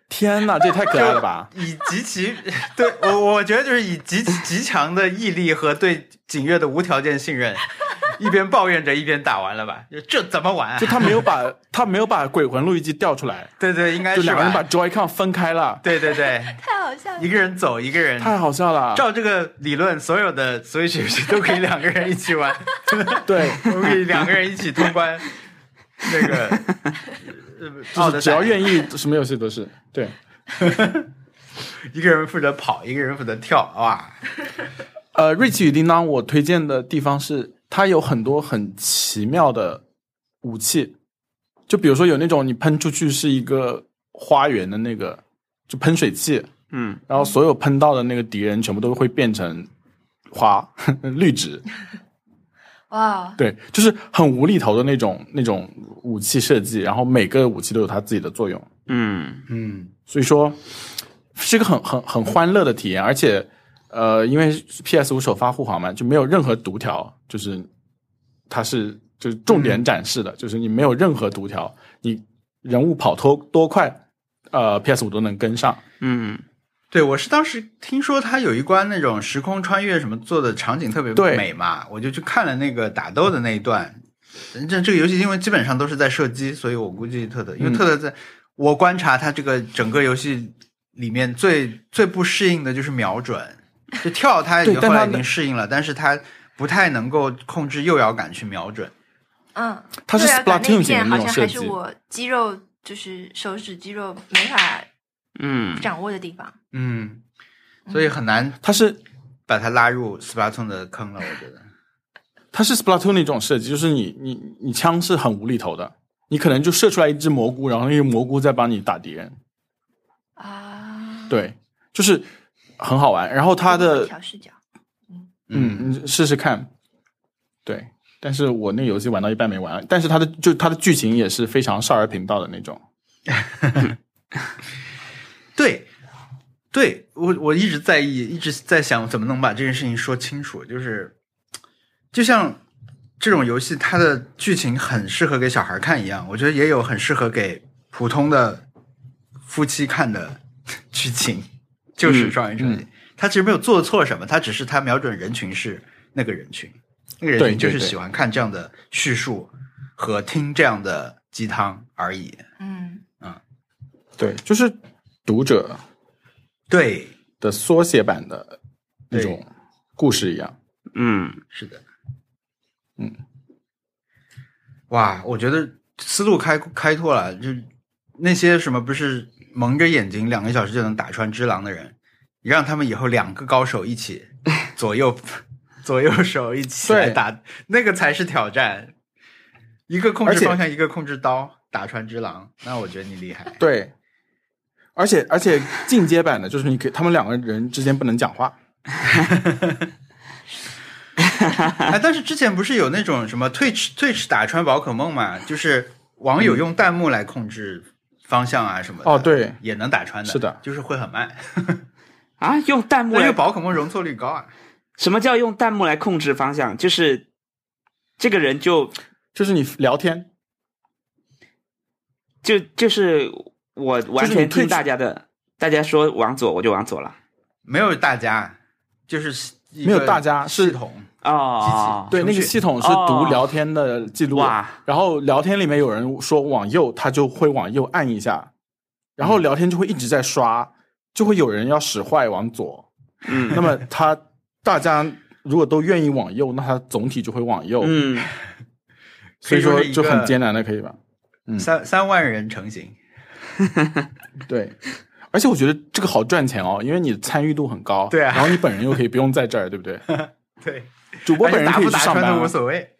天哪，这也太可爱了吧！
以极其 对我，我觉得就是以极其极强的毅力和对景月的无条件信任，一边抱怨着一边打完了吧？就这怎么玩、啊
就？他没有把他没有把鬼魂路易吉调出来，
对对，应该
就是两个人把
哎吧？
Joy-Con 分开了，
对对对，
太好笑了
一。个人走，一个人。
太好笑了。
照这个理论，所有的 Switch 游戏都可以两个人一起玩，
对，
都可以两个人一起通关。那个，呃
就是只要愿
意，
意，什么游戏都是对。
一个人负责跑，一个人负责跳，哇，
呃，瑞奇与叮当，我推荐的地方是它有很多很奇妙的武器，就比如说有那种你喷出去是一个花园的那个，就喷水器，
嗯，
然后所有喷到的那个敌人全部都会变成花 绿植，
哇，
对，就是很无厘头的那种那种武器设计，然后每个武器都有它自己的作用。
嗯
嗯，
所以说是一个很很很欢乐的体验，而且呃，因为 PS 五首发护航嘛，就没有任何读条，就是它是就是重点展示的，
嗯
就是你没有任何读条，你人物跑多多快，呃，PS 五都能跟上。
嗯
对，我是当时听说他有一关那种时空穿越什么做的场景特别
对
美嘛，我就去看了那个打斗的那一段。这这个游戏因为基本上都是在射击，所以我估计特特，因为
嗯
特特在、我观察他这个整个游戏里面最最不适应的就是瞄准，就跳他已经
对但
后来
他
已经适应了，但是他不太能够控制右摇杆去瞄准。
嗯，
它是
对啊
Splatoon 型的那
那一
种
片好像还
设
是
计，
我肌肉就是手指肌肉没法
嗯，
掌握的地方。
嗯，所以很难
它是
把他拉入 Splatoon 的坑了，我觉得。
它是 Splatoon 那种设计，就是你你你枪是很无厘头的，你可能就射出来一只蘑菇，然后那个蘑菇再帮你打敌人，
啊，，
对，就是很好玩。然后它的
调视角，
嗯，
嗯，你试试看。对，但是我那个游戏玩到一半没玩了，但是它的就它的剧情也是非常少儿频道的那种。
对，对我我一直在意，一直在想怎么能把这件事情说清楚。就是，就像这种游戏，它的剧情很适合给小孩看一样，我觉得也有很适合给普通的夫妻看的剧情，就是
嗯
《双人成
嗯
行》他其实没有做错什么，他只是他瞄准人群是那个人群，那个人
对
群就
对
是
对
喜欢看这样的叙述和听这样的鸡汤而已。
嗯，
对，就是读者
对，
的缩写版的那种故事一样。
嗯，
是的，
嗯，
哇，我觉得思路开开拓了，就那些什么不是蒙着眼睛两个小时就能打穿只狼的人，你让他们以后两个高手一 起左右左右手一起来
对
打，那个才是挑战。一个控
而
制
且
方向，一个控制刀，打穿只狼，那我觉得你厉 害。
对，而且而且进阶版的就是你可以他们两个人之间不能讲话。
哎，但是之前不是有那种什么 Twitch Twitch 打穿宝可梦嘛，就是网友用弹幕来控制方向啊什么的。
嗯哦对
也能打穿的。
是的
就是会很慢。
啊，用弹幕
那这
来
个宝可梦容错率高啊。
什么叫用弹幕来控制方向？就是这个人就
就是你聊天，
就就是我完
就是你
全听
Twitch-
大家的，大家说往左我就往左了。
没有大家，就是一个
没有大家是
系统。
哦，
对
程
那个
序
系统是读
哦
聊天的记录的，
哇
然后聊天里面有人说往右，他就会往右按一下，然
嗯
后聊天就会一直在刷，就会有人要使坏往左。
嗯
那么他大家如果都愿意往右，那他总体就会往右，
嗯，
所以
可
说
以说是一
就
个
很艰难的，可以吧？嗯
三三万人成型，
对。而且我觉得这个好赚钱哦，因为你的参与度很高，
对啊
然后你本人又可以不用在这儿，对 不对？
对，
主播
而
本
且
人
打
可以
不
去
打
上
穿
班、
都无
啊，
所谓。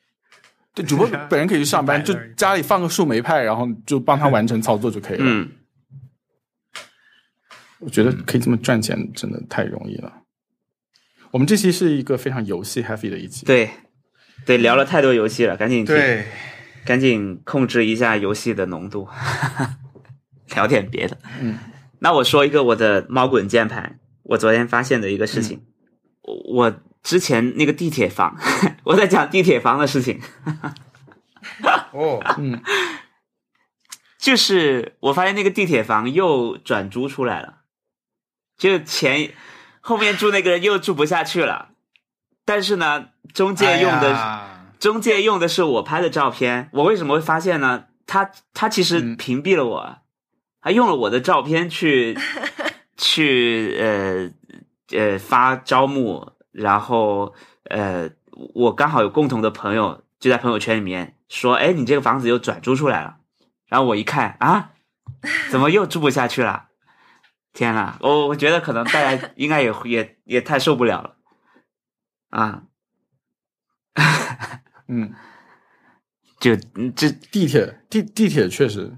对，主播本人可以去 上
摆
班，
那
就
儿嗯
家里放个树莓派，然后就 帮他完成操作就可以了。
嗯，
我觉得可以这么赚钱，真的太容易了。我们这期是一个非常游戏 happy 的一期，
对，对，聊了太多游戏了，赶
嗯
紧
对，
赶紧控制一下游戏的浓度， 聊点别的。
嗯，
那我说一个我的猫滚键盘，我昨天发现的一个事情。我我之前那个地铁房， 我在讲地铁房的事情，
哦，
就是我发现那个地铁房又转租出来了，就前后面住那个人又住不下去了，但是呢，中介用的、
哎呀
中介用的是我拍的照片，我为什么会发现呢？他他其实
嗯
屏蔽了我，他用了我的照片去去呃呃发招募，然后呃我刚好有共同的朋友就在朋友圈里面说，哎，你这个房子又转租出来了，然后我一看啊，怎么又住不下去了？天呐，我我觉得可能大家应该也 也也太受不了了啊！
嗯，
就嗯这，
地铁地地铁确实，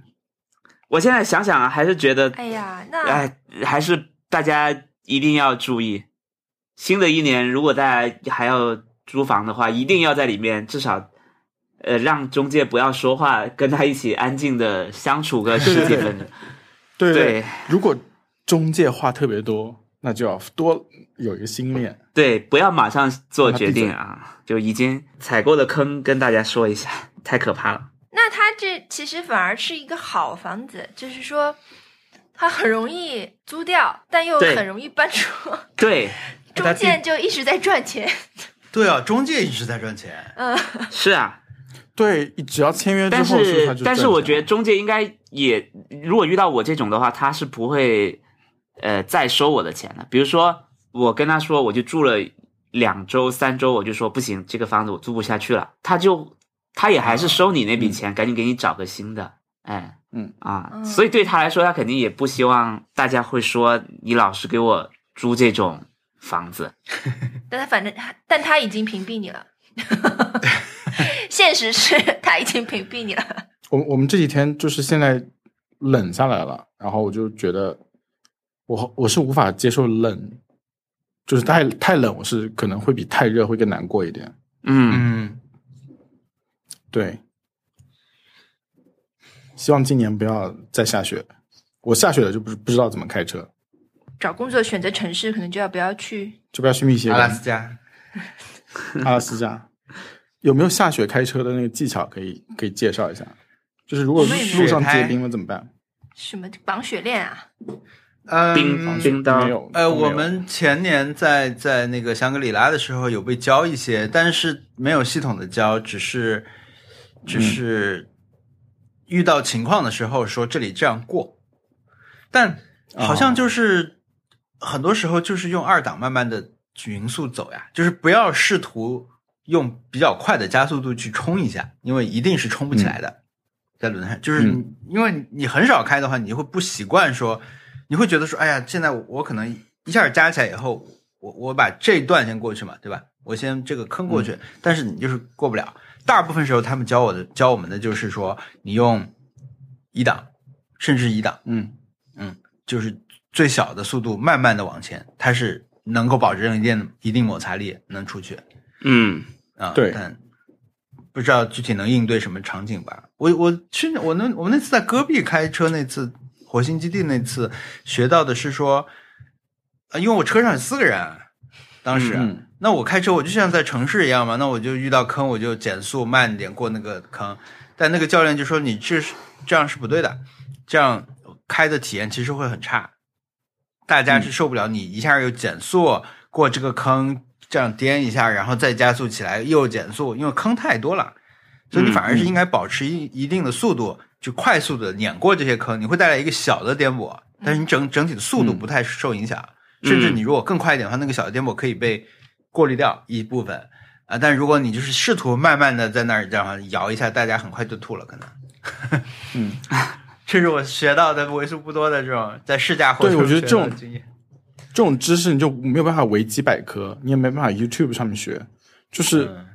我现在想想啊，还是觉得，
哎 呀，那
哎，还是大家一定要注意，新的一年如果大家还要租房的话，一定要在里面至少。呃，让中介不要说话，跟他一起安静的相处个十几
对对
分钟。
对
对，
如果中介话特别多，那就要多有一个心眼。
对，不要马上做
让他
决
闭嘴
定啊！就已经踩过的坑，跟大家说一下，太可怕了。
那它这其实反而是一个好房子，就是说它很容易租掉，但又
对
很容易搬 出，
对，
它
中
地
介就一直在赚钱。
对啊，中介一直在赚钱，
嗯，
是啊，
对，只要签约之
但
后，
是
他就
但是
赚
我
钱
觉得中介应该也，如果遇到我这种的话，他是不会呃再收我的钱的。比如说我跟他说，我就住了两周、三周，我就说不行，这个房子我租不下去了，他就他也还是收你那笔钱，赶紧给你找个新的。哎，
嗯
啊，
嗯
所以对他来说，他肯定也不希望大家会说你老是给我租这种房子。
但他反正，但他已经屏蔽 你了。现实是他已经屏蔽你了。
我我们这几天就是现在冷下来了，然后我就觉得我我是无法接受冷，就是太太冷，我是可能会比太热会更难过一点。
嗯，
嗯，
对，希望今年不要再下雪。我下雪了就不不知道怎么开车，
找工作选择城市，可能就要不要去
就不要去密歇
阿
根、
拉斯加，
阿拉斯加。有没有下雪开车的那个技巧可以可以介绍一下？就是如果
我们也没有
路上
雪胎
结冰了怎么办？
什么绑雪链啊？
嗯，
冰冰
没
刀，
有，
呃，
都没有
我们前年在在那个香格里拉的时候有被教一些，但是没有系统的教，只是只
嗯
是遇到情况的时候说这里这样过，但好像就是、很多时候就是用二档慢慢的匀速走呀，就是不要试图用比较快的加速度去冲一下，因为一定是冲不起来的。在轮胎，就是你因为你你很少开的话，你就会不习惯说，你会觉得说，哎呀，现在我我可能一下加起来以后，我我把这段先过去嘛，对吧？我先这个坑过去，但是你就是过不了。大部分时候他们教我的教我们的就是说，你用一档，甚至一档，
嗯
就是最小的速度慢慢的往前，它是能够保证一定一定摩擦力能出去。
嗯，
啊，
对
但不知道具体能应对什么场景吧。我我去年我那我们那次在戈壁开车那次火星基地那次学到的是说，啊，因为我车上有四个人，当时、
嗯嗯
那我开车我就像在城市一样嘛，那我就遇到坑我就减速慢点过那个坑，但那个教练就说你这是这样是不对的，这样开的体验其实会很差，大家是受不了你一下又减速过这个坑，这样颠一下，然后再加速起来又减速，因为坑太多了，所以你反而是应该保持一一定的速度，就快速的碾过这些坑，你会带来一个小的颠簸，但是你整整体的速度不太受影响，
嗯
甚至你如果更快一点的话，那个小的颠簸可以被过滤掉一部分。啊，但如果你就是试图慢慢的在那儿这样摇一下，大家很快就吐了，可能。
嗯，
这是我学到的为数不多的这种在试驾活
对
动
我觉得这
学
种
到的经验。
这种知识你就没有办法维基百科，你也没办法 YouTube 上面学，就是
嗯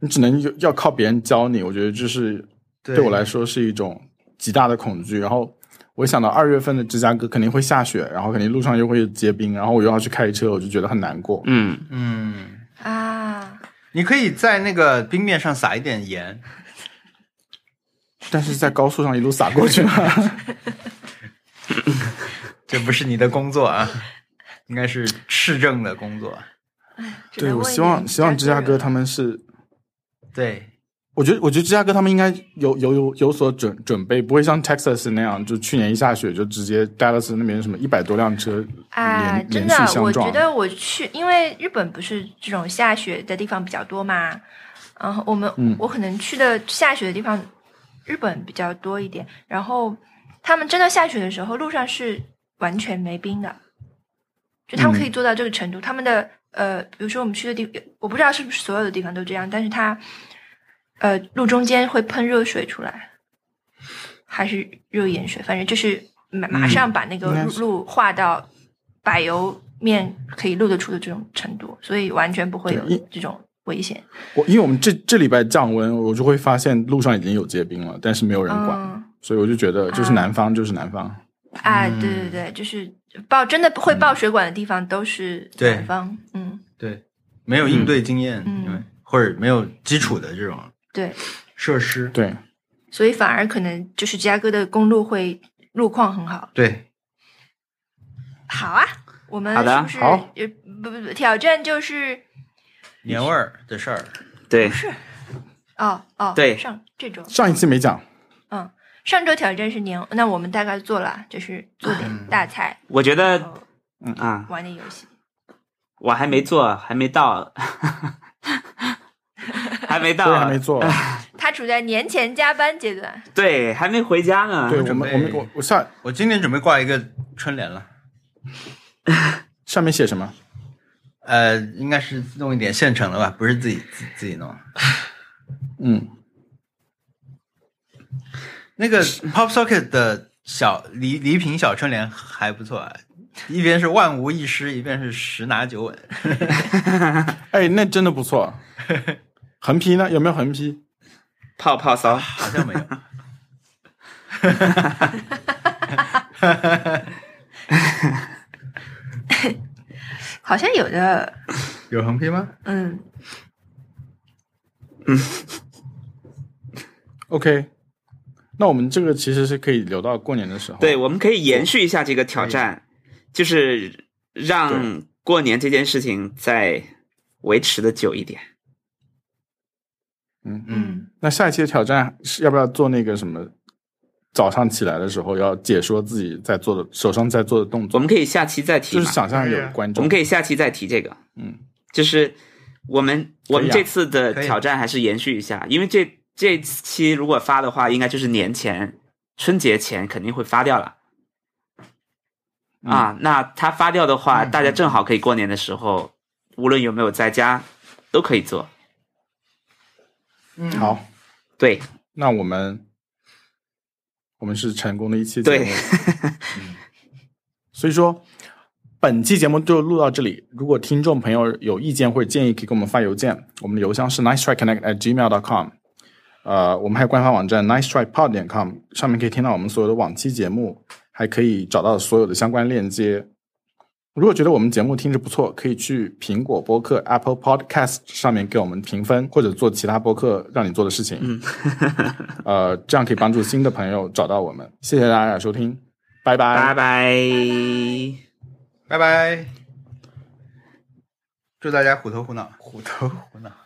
你只能有要靠别人教你。我觉得这是
对
对我来说是一种极大的恐惧。然后我一想到二月份的芝加哥肯定会下雪，然后肯定路上又会结冰，然后我又要去开车，我就觉得很难过。
嗯，
嗯，
啊，
你可以在那个冰面上撒一点盐，
但是在高速上一路洒过去了，
这不是你的工作啊， 应该是市政的工作。
只
对
能
我
问
希
一
望
个
希望芝加哥
人
他们是。
对，
我觉得，我觉得芝加哥他们应该有有有有所准准备，不会像 Texas 那样，就去年一下雪就直接 Dallas 那边什么一百多辆车连、
啊，
连
真
续
的，
相
我觉
撞。
得我去，因为日本不是这种下雪的地方比较多嘛，然后我们、
嗯
我可能去的下雪的地方，日本比较多一点，然后他们真的下雪的时候，路上是完全没冰的，就他们可
嗯
以做到这个程度，他们的呃，比如说我们去的地，我不知道是不是所有的地方都这样，但是它呃路中间会喷热水出来，还是热盐水，反正就是马马上把那个
嗯应该是
路画到柏油面可以露得出的这种程度，所以完全不会有
对因
这种危险。
我因为我们这这礼拜降温，我就会发现路上已经有结冰了，但是没有人管，
嗯，
所以我就觉得就是南方就是南方，
哎，对对对，就是爆真的会爆水管的地方都是
对
南方，嗯，
对，没有应对经验，
嗯
因为或者没有基础的这种
对，
设施，
对，
所以反而可能就是芝加哥的公路会路况很好。
对，
好啊，我们
好的
是不是
好
呃不不不挑战就是
年味儿的事儿，
对，
哦哦
对
上这周
上一期没讲，
嗯上周挑战是年，那我们大概做了就是做点大菜，
我觉
然
得
后
嗯
啊，
玩点游戏。
我还没做，还没到，还没
对，
到，
还没做，
他处在年前加班阶段，
对，还没回家呢。
对我
准
们
备
我们我我上
我今年准备挂一个春联了，
上面写什么？
呃，应该是弄一点现成的吧，不是自己自自己弄。
嗯，
那个 Pop Socket 的小礼礼品小春联还不错、啊，一边是万无一失，一边是十拿九稳。
哎，那真的不错。横批呢？有没有横批？
泡泡骚，
好像没有。
好像有的
有横批吗？
嗯
OK，那我们这个其实是可以留到过年的时候。
对，，我们可以延续一下这个挑战，就是让过年这件事情再维持的久一点。
嗯
那下一期的挑战是要不要做那个什么？早上起来的时候要解说自己在做的手上在做的动
我
作，
们可以下期再提
就
嘛，
是想象有观
我
众
们可以下期再提这个。
嗯，
就是我们我们
可以啊
这次的
可以
挑战还是延续一下，因为这这期如果发的话，应该就是年前春节前肯定会发掉了。
嗯
啊，那它发掉的话，
嗯
大家正好可以过年的时候，无论有没有在家，都可以做。
嗯，
好。
对，
那我们我们是成功的一期节目，嗯
对
所以说本期节目就录到这里。如果听众朋友有意见或者建议，可以给我们发邮件，我们的邮箱是 nice try connect at gmail dot com。呃，我们还有官方网站 nice try pod 点 com，上面可以听到我们所有的往期节目，还可以找到所有的相关链接。如果觉得我们节目听着不错，可以去苹果播客 Apple Podcast 上面给我们评分，或者做其他播客让你做的事情。
嗯，
呃，这样可以帮助新的朋友找到我们。谢谢大家的收听，拜拜。
拜拜。
拜拜。祝大家虎头虎脑，虎头虎脑。